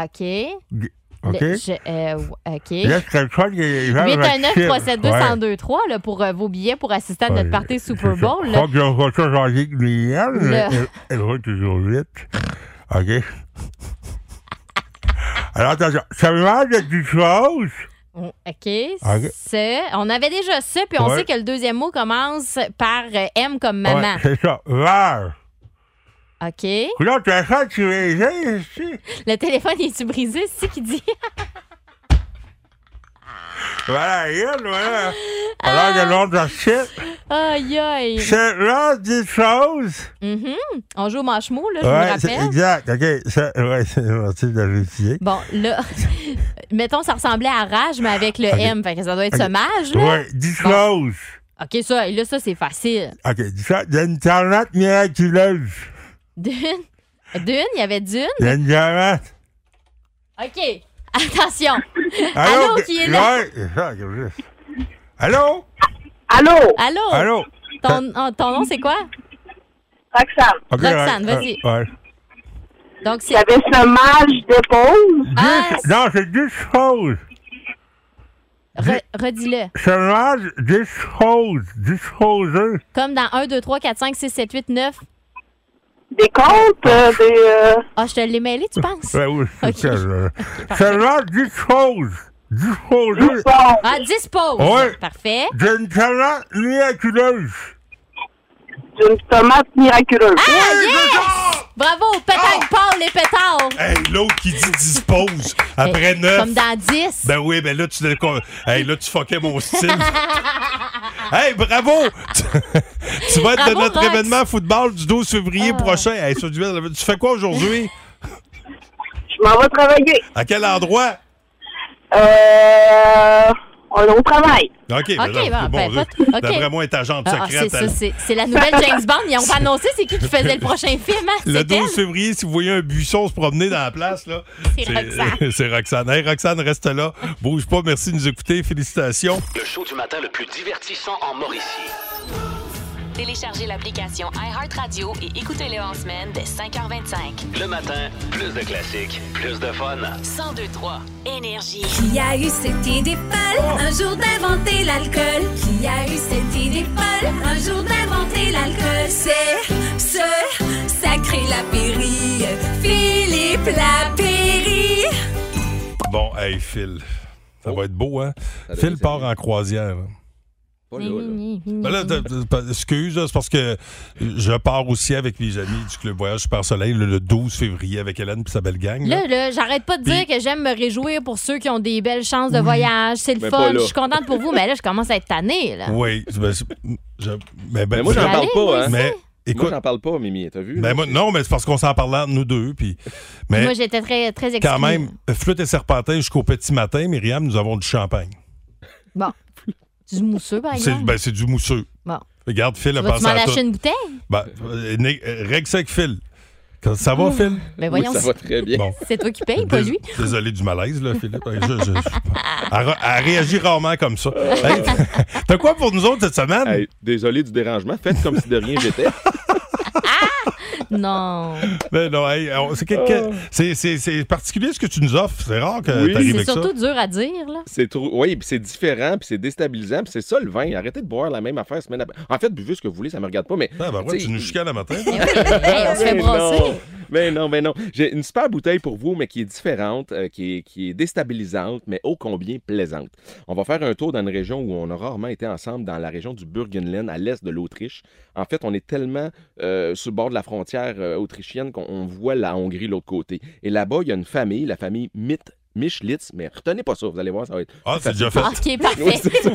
Speaker 3: OK.
Speaker 15: Dix-
Speaker 3: Le-
Speaker 15: Ok.
Speaker 3: je- euh, w- OK.
Speaker 15: Là, c'est le choix des gens.
Speaker 3: 819 372
Speaker 15: Ouais.
Speaker 3: 1023 là, pour euh, vos billets pour assister à notre
Speaker 15: Ouais,
Speaker 3: party Super Bowl.
Speaker 15: Je
Speaker 3: là.
Speaker 15: crois qu'ils ont fait ça dans les Guyane,
Speaker 3: Le-
Speaker 15: mais elle- Elle va toujours vite. OK. Alors, attention. Ça mange de dix choses.
Speaker 3: On- OK.
Speaker 15: Ok.
Speaker 3: Ce. On avait déjà ça, puis on
Speaker 15: Ouais.
Speaker 3: sait que le deuxième mot commence par euh, M comme maman.
Speaker 15: Ouais, c'est ça. Rose.
Speaker 3: OK.
Speaker 15: Là, tu as ça, tu les as hein? ici.
Speaker 3: Le téléphone est-tu brisé? C'est qui dit?
Speaker 15: Voilà, regarde, voilà.
Speaker 3: Ah!
Speaker 15: Alors, le nom de site,
Speaker 3: Aïe, aïe.
Speaker 15: c'est là des choses.
Speaker 3: Mhm. On joue au manche-mot, là,
Speaker 15: Ouais,
Speaker 3: je vous
Speaker 15: c'est
Speaker 3: rappelle.
Speaker 15: exact. OK, ça, ouais, c'est gentil de l'utiliser.
Speaker 3: Bon, là, mettons, ça ressemblait à rage, mais avec le M. Fait que ça doit être
Speaker 15: Ok.
Speaker 3: sommage, là.
Speaker 15: Ouais, des choses.
Speaker 3: OK, ça, et là, ça, c'est facile.
Speaker 15: OK, des choses. D'une tornade miraculeuse.
Speaker 3: Dune. Dune, il y avait Dune.
Speaker 15: D'une tornade.
Speaker 3: OK. Attention. Allô, qui est là?
Speaker 15: ouais, c'est ça, que je- Allô?
Speaker 13: Allô?
Speaker 3: Allô?
Speaker 15: Allô?
Speaker 3: Ton, oh, ton nom, c'est quoi?
Speaker 13: Roxane.
Speaker 15: OK,
Speaker 3: Roxane,
Speaker 15: ouais, Ah.
Speaker 3: vas-y.
Speaker 15: ouais, ouais.
Speaker 3: Donc, c'est.
Speaker 13: J'avais sommage d'épaule.
Speaker 3: Ah,
Speaker 15: Non, c'est des choses.
Speaker 3: re- redis-le.
Speaker 15: Ça mange des choses. Des choses.
Speaker 3: Comme dans 1, 2, 3, 4, 5, 6, 7, 8, 9.
Speaker 13: Des comptes, euh, des. euh,
Speaker 3: Ah, je te l'ai mêlé, tu penses?
Speaker 15: Ouais, oui, c'est
Speaker 3: Ok.
Speaker 15: ça. là. Ça mange des choses. Des choses.
Speaker 3: Ah, dispose.
Speaker 15: Ouais.
Speaker 3: Parfait.
Speaker 15: D'une tomate miraculeuse.
Speaker 13: D'une tomate miraculeuse.
Speaker 3: Ah, yes! Bravo,
Speaker 2: Oh!
Speaker 3: pétard, Paul et pétard.
Speaker 2: Hey, l'autre qui dit dispose après neuf.
Speaker 3: Comme dans 10.
Speaker 2: Ben oui, ben là, tu, hey, là, tu fuckais mon style. hey, bravo! Tu- tu vas être
Speaker 3: Bravo,
Speaker 2: de notre
Speaker 3: Rox. Ah.
Speaker 2: événement football du 12 février prochain. Hey, ça, tu veux- tu fais quoi aujourd'hui?
Speaker 13: Je m'en vais travailler.
Speaker 2: À quel endroit?
Speaker 13: Euh, on est au travail.
Speaker 2: OK, ben
Speaker 3: OK,
Speaker 2: là,
Speaker 3: bon,
Speaker 2: bon,
Speaker 3: ben,
Speaker 2: là,
Speaker 3: pas- OK.
Speaker 2: d'après moi, elle est agente
Speaker 3: Ah, ah,
Speaker 2: secrète.
Speaker 3: c'est ça,
Speaker 2: elle.
Speaker 3: c'est c'est la nouvelle James Bond. Ils ont pas annoncé c'est qui qui faisait le prochain film. hein?
Speaker 2: Le
Speaker 3: C'est
Speaker 2: 12
Speaker 3: elle.
Speaker 2: février, si vous voyez un buisson se promener dans la place, là,
Speaker 3: C'est Roxane.
Speaker 2: c'est Roxane. Hey, Roxane, reste là. Bouge pas. Merci de nous écouter. Félicitations.
Speaker 11: Le show du matin le plus divertissant en Mauricie.
Speaker 1: Téléchargez l'application iHeartRadio et écoutez-le en semaine dès 5h25.
Speaker 11: Le matin, plus de classiques, plus de fun.
Speaker 1: 1023 Énergie.
Speaker 14: Qui a eu cette idée folle un jour d'inventer l'alcool? Qui a eu cette idée folle un jour d'inventer l'alcool? C'est ce sacré Lapéry, Philippe Lapéry.
Speaker 2: Bon, hey, Phil. Ça
Speaker 16: Oh.
Speaker 2: va être beau, hein? Phil part en croisière. Ben là, t'as- t'as- t'as- excuse, là, c'est parce que je pars aussi avec mes amis du Club Voyage Super Soleil le, le 12 février avec Hélène et sa belle gang. là.
Speaker 3: Là, là, j'arrête pas de dire que j'aime me réjouir pour ceux qui ont des belles chances de voyage. C'est le
Speaker 2: Mais pas
Speaker 3: fun.
Speaker 2: là.
Speaker 3: Je suis contente pour vous, mais là, je commence à être tannée. Là.
Speaker 2: Oui. ben, c'est- je- ben, ben,
Speaker 16: Mais moi, j'en
Speaker 2: je-
Speaker 16: parle pas, hein.
Speaker 2: Mais,
Speaker 16: Moi,
Speaker 2: écoute,
Speaker 16: j'en parle pas, Mimi, t'as vu?
Speaker 2: ben,
Speaker 16: là,
Speaker 2: moi,
Speaker 16: c'est-
Speaker 2: non, mais c'est parce qu'on s'en parlait entre nous deux. Puis, mais
Speaker 3: Moi, j'étais très, très exclue.
Speaker 2: quand même, flûte et serpentin jusqu'au petit matin, Myriam, nous avons du champagne.
Speaker 3: Bon. Du mousseux, par
Speaker 2: C'est
Speaker 3: exemple.
Speaker 2: ben, c'est du mousseux.
Speaker 3: Bon.
Speaker 2: Regarde, Phil a
Speaker 3: Ah, Vas-tu
Speaker 2: pensé
Speaker 3: m'en
Speaker 2: à tout.
Speaker 3: lâcher une bouteille?
Speaker 2: Ben, euh, né- euh, règle ça avec Phil. Quand- Ça va,
Speaker 3: Ouh.
Speaker 2: Phil?
Speaker 3: Ben, voyons, Oui, ça va
Speaker 16: très bien.
Speaker 3: C'est toi qui payes, pas lui.
Speaker 2: Désolé du malaise, là, Philippe. Ben, Je- je- je- elle, ra- elle réagit rarement comme ça. Hey, T'as quoi pour nous autres cette semaine?
Speaker 16: Hey, désolé du dérangement. Faites comme si de rien j'étais.
Speaker 3: Non.
Speaker 2: Ben non, hey, on- c'est quelque-
Speaker 16: Oh.
Speaker 2: c'est- c'est- c'est particulier ce que tu nous offres. C'est rare que
Speaker 16: Oui.
Speaker 2: t'arrives
Speaker 3: C'est
Speaker 2: avec ça.
Speaker 3: surtout dur à dire, là.
Speaker 16: C'est trop. Oui, puis c'est différent, puis c'est déstabilisant, puis c'est ça le vin. Arrêtez de boire la même affaire semaine après. En fait, buvez ce que vous voulez, ça me regarde pas, mais.
Speaker 2: Ah, ben ouais,
Speaker 16: tu sais,
Speaker 2: tu nous chicanes le matin.
Speaker 3: Hey, on se fait
Speaker 16: Mais
Speaker 3: brasser.
Speaker 16: non. Mais non, mais non. J'ai une super bouteille pour vous, mais qui est différente, euh, qui, est, qui est déstabilisante, mais ô combien plaisante. On va faire un tour dans une région où on a rarement été ensemble, dans la région du Burgenland, à l'est de l'Autriche. En fait, on est tellement euh, sur le bord de la frontière euh, autrichienne qu'on on voit la Hongrie de l'autre côté. Et là-bas, il y a une famille, la famille Mitt. Michlitz, mais retenez pas ça, vous allez voir, ça va être.
Speaker 2: Ah, c'est déjà fait.
Speaker 3: Ok, parfait.
Speaker 16: Oui, c'est ça.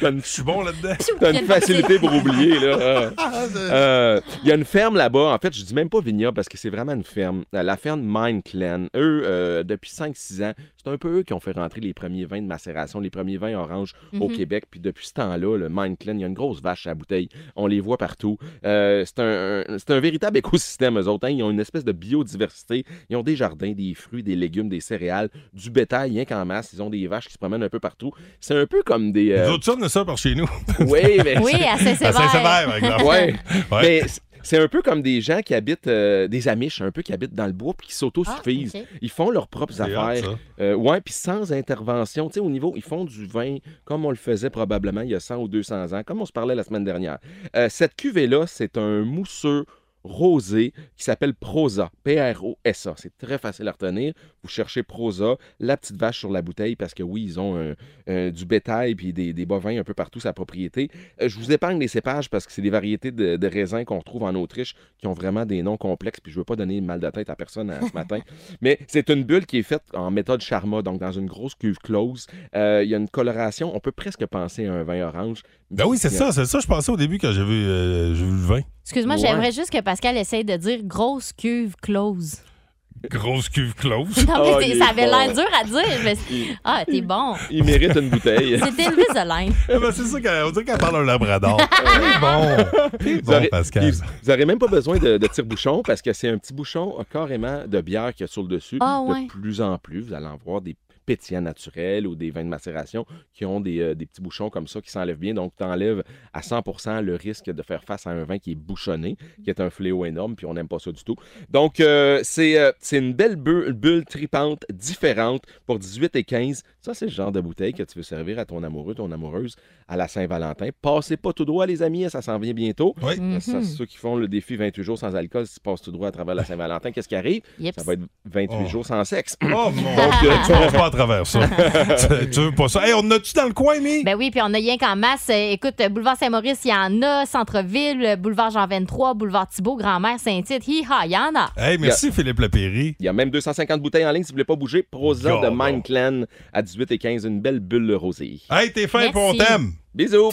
Speaker 16: T'as une-
Speaker 2: Je suis bon là-dedans.
Speaker 16: T'as une facilité pour oublier, là. Ah. Euh, Il y a une ferme là-bas. En fait, je dis même pas vignoble parce que c'est vraiment une ferme. Euh, La ferme Mine Clan. Eux, euh, depuis 5-6 ans, c'est un peu eux qui ont fait rentrer les premiers vins de macération, les premiers vins orange au
Speaker 12: Mhm.
Speaker 16: Québec. Puis depuis ce temps-là, le Mine Clan, il y a une grosse vache à la bouteille. On les voit partout. Euh, c'est un, un- c'est un véritable écosystème, eux autres. hein. Ils ont une espèce de biodiversité. Ils ont des jardins, des fruits, des légumes, des céréales, du bétail, rien qu'en masse. Ils ont des vaches qui se promènent un peu partout. C'est un peu comme des. euh,
Speaker 2: Nous autres, ça, on a ça par chez nous.
Speaker 16: oui, mais.
Speaker 3: Oui, à Saint-Sévère.
Speaker 2: À Saint-Sévère, par exemple.
Speaker 16: Ouais.
Speaker 2: Ouais.
Speaker 16: Mais c- c'est un peu comme des gens qui habitent, euh, des Amish, un peu qui habitent dans le bois puis qui s'autosuffisent.
Speaker 12: Ah, ok.
Speaker 16: Ils font leurs propres
Speaker 12: C'est hot,
Speaker 16: affaires. Euh, ouais, puis sans intervention. Tu sais, au niveau, ils font du vin comme on le faisait probablement il y a 100 ou 200 ans, comme on se parlait la semaine dernière. Euh, cette cuvée-là, c'est un mousseux rosé qui s'appelle Prosa, P-R-O-S-A. C'est très facile à retenir. Vous cherchez Prosa, la petite vache sur la bouteille, parce que oui, ils ont un- un- euh, du bétail puis des, des bovins un peu partout sa propriété. Euh, je vous épargne les cépages parce que c'est des variétés de, de raisins qu'on retrouve en Autriche qui ont vraiment des noms complexes, puis je veux pas donner mal de tête à personne hein, ce matin. Mais c'est une bulle qui est faite en méthode Charma, donc dans une grosse cuve close. Euh, Il y a une coloration, on peut presque penser à un vin orange.
Speaker 2: Ben oui, c'est ça. C'est ça, je pensais au début quand j'ai vu, euh, j'ai vu le vin.
Speaker 3: Excuse-moi,
Speaker 16: Ouais.
Speaker 3: j'aimerais juste que Pascal essaye de dire grosse cuve close.
Speaker 2: Grosse cuve close.
Speaker 3: Non, mais c'est- ça avait l'air
Speaker 16: Ah, Oh, bon.
Speaker 3: dur à dire. mais c'est- Ah, t'es bon.
Speaker 16: Il mérite une bouteille.
Speaker 3: C'était une mise de linge.
Speaker 2: Eh ben, c'est ça qu'on dirait qu'elle parle un labrador. C'est bon. C'est
Speaker 16: Vous
Speaker 2: bon,
Speaker 16: aurez-
Speaker 2: Pascal.
Speaker 16: puis Vous n'aurez même pas besoin de, de tire-bouchon parce que c'est un petit bouchon euh, carrément de bière qu'il y a sur le dessus.
Speaker 3: Ah, ouais.
Speaker 16: De plus en plus, vous allez en voir des pétillants naturels ou des vins de macération qui ont des, euh, des petits bouchons comme ça qui s'enlèvent bien. Donc, tu enlèves à 100 le risque de faire face à un vin qui est bouchonné, qui est un fléau énorme, puis on n'aime pas ça du tout. Donc, euh, c'est euh, c'est une belle bu- bulle tripante, différente, pour 18 et 15. Ça, c'est le genre de bouteille que tu veux servir à ton amoureux, ton amoureuse, à la Saint-Valentin. Passez pas tout droit, les amis, ça s'en vient bientôt.
Speaker 2: Oui.
Speaker 16: Ça,
Speaker 2: Mhm.
Speaker 16: c'est ceux qui font le défi 28 jours sans alcool, si tu passes tout droit à travers la Saint-Valentin, qu'est-ce qui arrive?
Speaker 3: Yep.
Speaker 16: Ça va être 28
Speaker 2: Oh.
Speaker 16: jours sans sexe.
Speaker 2: Oh mon
Speaker 16: Donc,
Speaker 2: Dieu,
Speaker 16: euh,
Speaker 2: tu passes pas à travers ça. tu, tu veux pas ça. Hey, on a-tu dans le coin, Mi?
Speaker 3: Ben oui, puis on a rien qu'en masse. Euh, Écoute, euh, boulevard Saint-Maurice, il y en a. Centre-ville, euh, boulevard Jean 23, boulevard Thibault, Grand-Mère, Saint-Tite. Hi-ha, il y en a.
Speaker 2: Hey, merci,
Speaker 16: Il y
Speaker 2: Philippe Lepéry.
Speaker 16: Il y a même 250 bouteilles en ligne si vous voulez pas bouger. Prosa
Speaker 2: God,
Speaker 16: de Mind Clan à 18 et 15, une belle bulle rosée.
Speaker 2: Hey, t'es fin,
Speaker 16: et
Speaker 2: puis on Merci. t'aime.
Speaker 16: Bisous.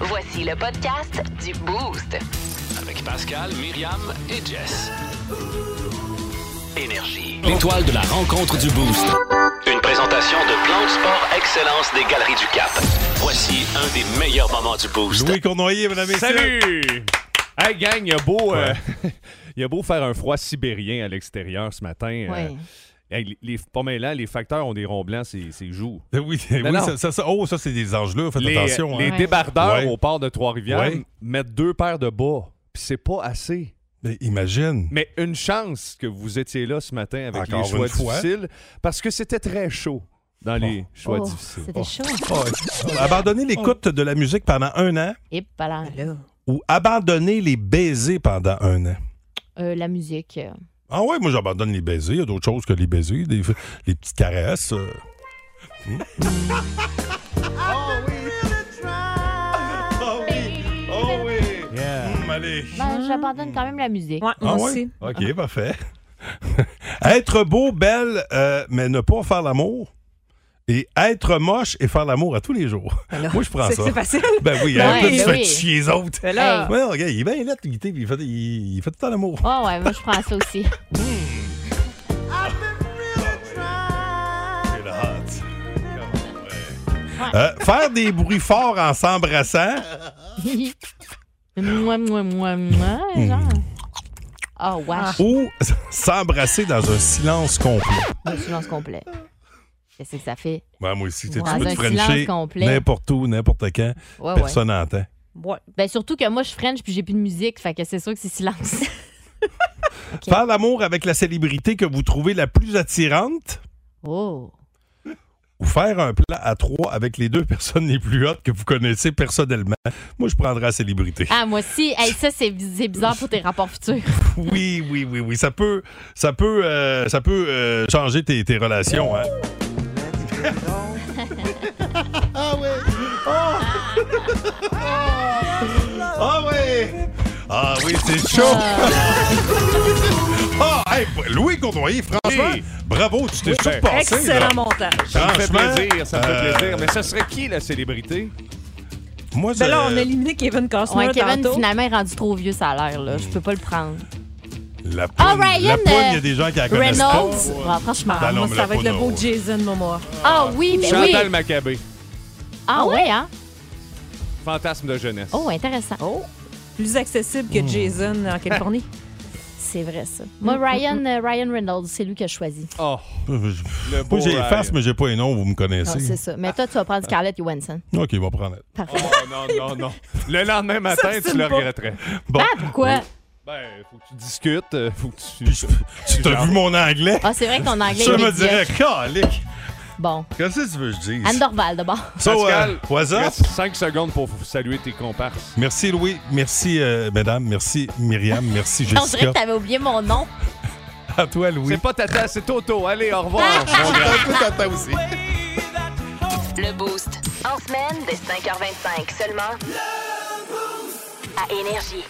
Speaker 1: Voici le podcast du Boost.
Speaker 11: Avec Pascal, Myriam et Jess. Énergie.
Speaker 6: L'étoile de la rencontre du Boost. Une présentation de Plan de Sport Excellence des Galeries du Cap. Voici un des meilleurs moments du Boost.
Speaker 2: Louis Cournoyer, mesdames et messieurs.
Speaker 17: Salut! Hey, gang, il y a beau... euh, il y a beau faire un froid sibérien à l'extérieur ce matin. euh,
Speaker 2: Ouais.
Speaker 17: hey, les- les, pas mêlant, les facteurs ont des ronds blancs, c'est c'est joue.
Speaker 2: Eh Oui, eh
Speaker 17: Non,
Speaker 2: oui,
Speaker 17: non.
Speaker 2: ça, ça- ça- oh, ça, c'est des anges là. Faites
Speaker 17: les,
Speaker 2: attention. hein.
Speaker 17: les débardeurs
Speaker 2: Ouais.
Speaker 17: au port de Trois-Rivières
Speaker 2: Ouais.
Speaker 17: mettent deux paires de bas, puis c'est pas assez.
Speaker 2: Mais imagine.
Speaker 17: Mais une chance que vous étiez là ce matin avec
Speaker 2: Encore
Speaker 17: les choix
Speaker 2: une fois.
Speaker 17: difficiles, parce que c'était très chaud dans les choix
Speaker 3: Oh,
Speaker 17: difficiles.
Speaker 3: C'était chaud.
Speaker 2: Oh, Abandonner l'écoute de la musique pendant un an
Speaker 3: Et pas là.
Speaker 2: ou abandonner les baisers pendant un an.
Speaker 3: Euh, la musique. euh,
Speaker 2: Ah ouais, moi j'abandonne les baisers. Il y a d'autres choses que les baisers, des- les petites caresses. euh. Hmm.
Speaker 11: Oh oui! Oh oui!
Speaker 2: Hmm, allez.
Speaker 3: ben, J'abandonne quand même la musique.
Speaker 2: Ah ouais? OK, parfait. être beau, belle, euh, mais ne pas faire l'amour. Et être moche et faire l'amour à tous les jours. Moi, je prends
Speaker 11: Ben c'est-
Speaker 2: ça.
Speaker 11: c'est facile.
Speaker 2: Ben oui,
Speaker 11: Ouais,
Speaker 2: hein, toi, tu
Speaker 11: ben
Speaker 2: fais
Speaker 11: oui.
Speaker 2: chier les autres.
Speaker 11: Mais là-
Speaker 2: Ouais, regarde, il est bien là, de guité, puis il fait, il, il fait tout le temps l'amour.
Speaker 3: Ah ouais, moi je prends ça aussi.
Speaker 2: Ah
Speaker 11: Oh
Speaker 2: Euh, faire des bruits forts en s'embrassant.
Speaker 3: moi, moi, moi, moi,
Speaker 2: Hmm.
Speaker 3: genre. Oh, wesh.
Speaker 2: Ou s'embrasser dans un silence complet.
Speaker 3: Un silence complet. Qu'est-ce que ça fait?
Speaker 2: Ouais, moi aussi, tu sais,
Speaker 3: Dans
Speaker 2: tu peux te
Speaker 3: un
Speaker 2: frencher
Speaker 3: silence complet.
Speaker 2: n'importe où, n'importe quand.
Speaker 3: Ouais, ouais.
Speaker 2: personne n'entend.
Speaker 3: Ben, surtout que moi, je French puis j'ai plus de musique, fait que c'est sûr que c'est silence.
Speaker 2: Faire l'amour avec la célébrité que vous trouvez la plus attirante.
Speaker 3: Oh.
Speaker 2: Ou faire un plat à trois avec les deux personnes les plus hautes que vous connaissez personnellement. Moi, je prendrais la célébrité.
Speaker 3: Ah, moi aussi. Hey, ça, c'est c'est bizarre pour tes rapports futurs.
Speaker 2: Oui, oui, oui, oui. Ça peut, ça peut, euh, ça peut euh, changer tes, tes relations. hein.
Speaker 11: Ah oui! Ah oui!
Speaker 2: Ah oui, c'est chaud. ah, hey, Louis Cournoyer, franchement, bravo, tu t'es
Speaker 17: ben,
Speaker 2: surpassé. là.
Speaker 7: Excellent montage.
Speaker 17: Ça me fait
Speaker 2: Franchement,
Speaker 17: plaisir, ça me
Speaker 2: euh,
Speaker 17: fait plaisir. Mais ça serait qui la célébrité?
Speaker 2: Moi, euh,
Speaker 7: Ben là,
Speaker 17: je-
Speaker 7: on a éliminé Kevin Costner
Speaker 3: Ouais, Kevin,
Speaker 7: tantôt.
Speaker 3: finalement, est rendu trop vieux, ça a l'air, là. Je peux pas le prendre.
Speaker 2: La poune,
Speaker 3: Ah, Ryan,
Speaker 2: la poune, il y
Speaker 3: euh,
Speaker 2: a des gens qui la connaissent
Speaker 3: Reynolds.
Speaker 2: pas.
Speaker 3: Ouais, franchement,
Speaker 2: Ben non,
Speaker 7: moi,
Speaker 2: mais
Speaker 7: ça
Speaker 2: la
Speaker 7: va être
Speaker 2: poune,
Speaker 7: le beau Jason Momoa.
Speaker 3: Ah oui, ben oui.
Speaker 17: Chantal Maccabé.
Speaker 3: Ah ouais, hein?
Speaker 17: Fantasme de jeunesse.
Speaker 3: Oh, intéressant. Oh.
Speaker 7: Plus accessible
Speaker 2: Hmm.
Speaker 7: que Jason en Californie.
Speaker 3: C'est vrai, ça. Moi,
Speaker 7: Mm,
Speaker 3: Ryan, euh, Ryan Reynolds, c'est lui que je choisis.
Speaker 17: Oh.
Speaker 2: Le
Speaker 17: beau euh,
Speaker 2: Moi, j'ai les
Speaker 17: Ryan.
Speaker 2: faces, mais j'ai pas les noms, vous me
Speaker 3: Non,
Speaker 2: connaissez.
Speaker 3: Ah, c'est ça. Mais toi, tu vas prendre Scarlett Johansson.
Speaker 2: OK, on va prendre. elle.
Speaker 17: Oh non, non, non. Le lendemain matin, tu le regretterais.
Speaker 2: Bon.
Speaker 3: Ah, pourquoi?
Speaker 17: Ben, faut que tu discutes, euh, faut que tu.
Speaker 2: Tu t'as vu mon anglais?
Speaker 3: Ah, c'est vrai que ton anglais
Speaker 2: Ça
Speaker 3: est
Speaker 2: me
Speaker 3: médiocre.
Speaker 2: dirait, calique.
Speaker 3: Bon.
Speaker 2: Qu'est-ce que tu veux que je dise?
Speaker 3: Anne Dorval, d'abord.
Speaker 2: So,
Speaker 17: Pascal,
Speaker 2: euh, what's up?
Speaker 17: 5 secondes pour saluer tes comparses.
Speaker 2: Merci, Louis. Merci, euh, mesdames. Merci, Myriam. Merci,
Speaker 3: On dirait
Speaker 2: Jessica.
Speaker 3: que t'avais oublié mon nom.
Speaker 2: À toi, Louis.
Speaker 17: C'est pas Tata, c'est Toto. Allez, au revoir.
Speaker 2: aussi.
Speaker 1: Le Boost. En semaine, dès 5h25 seulement. À Énergie.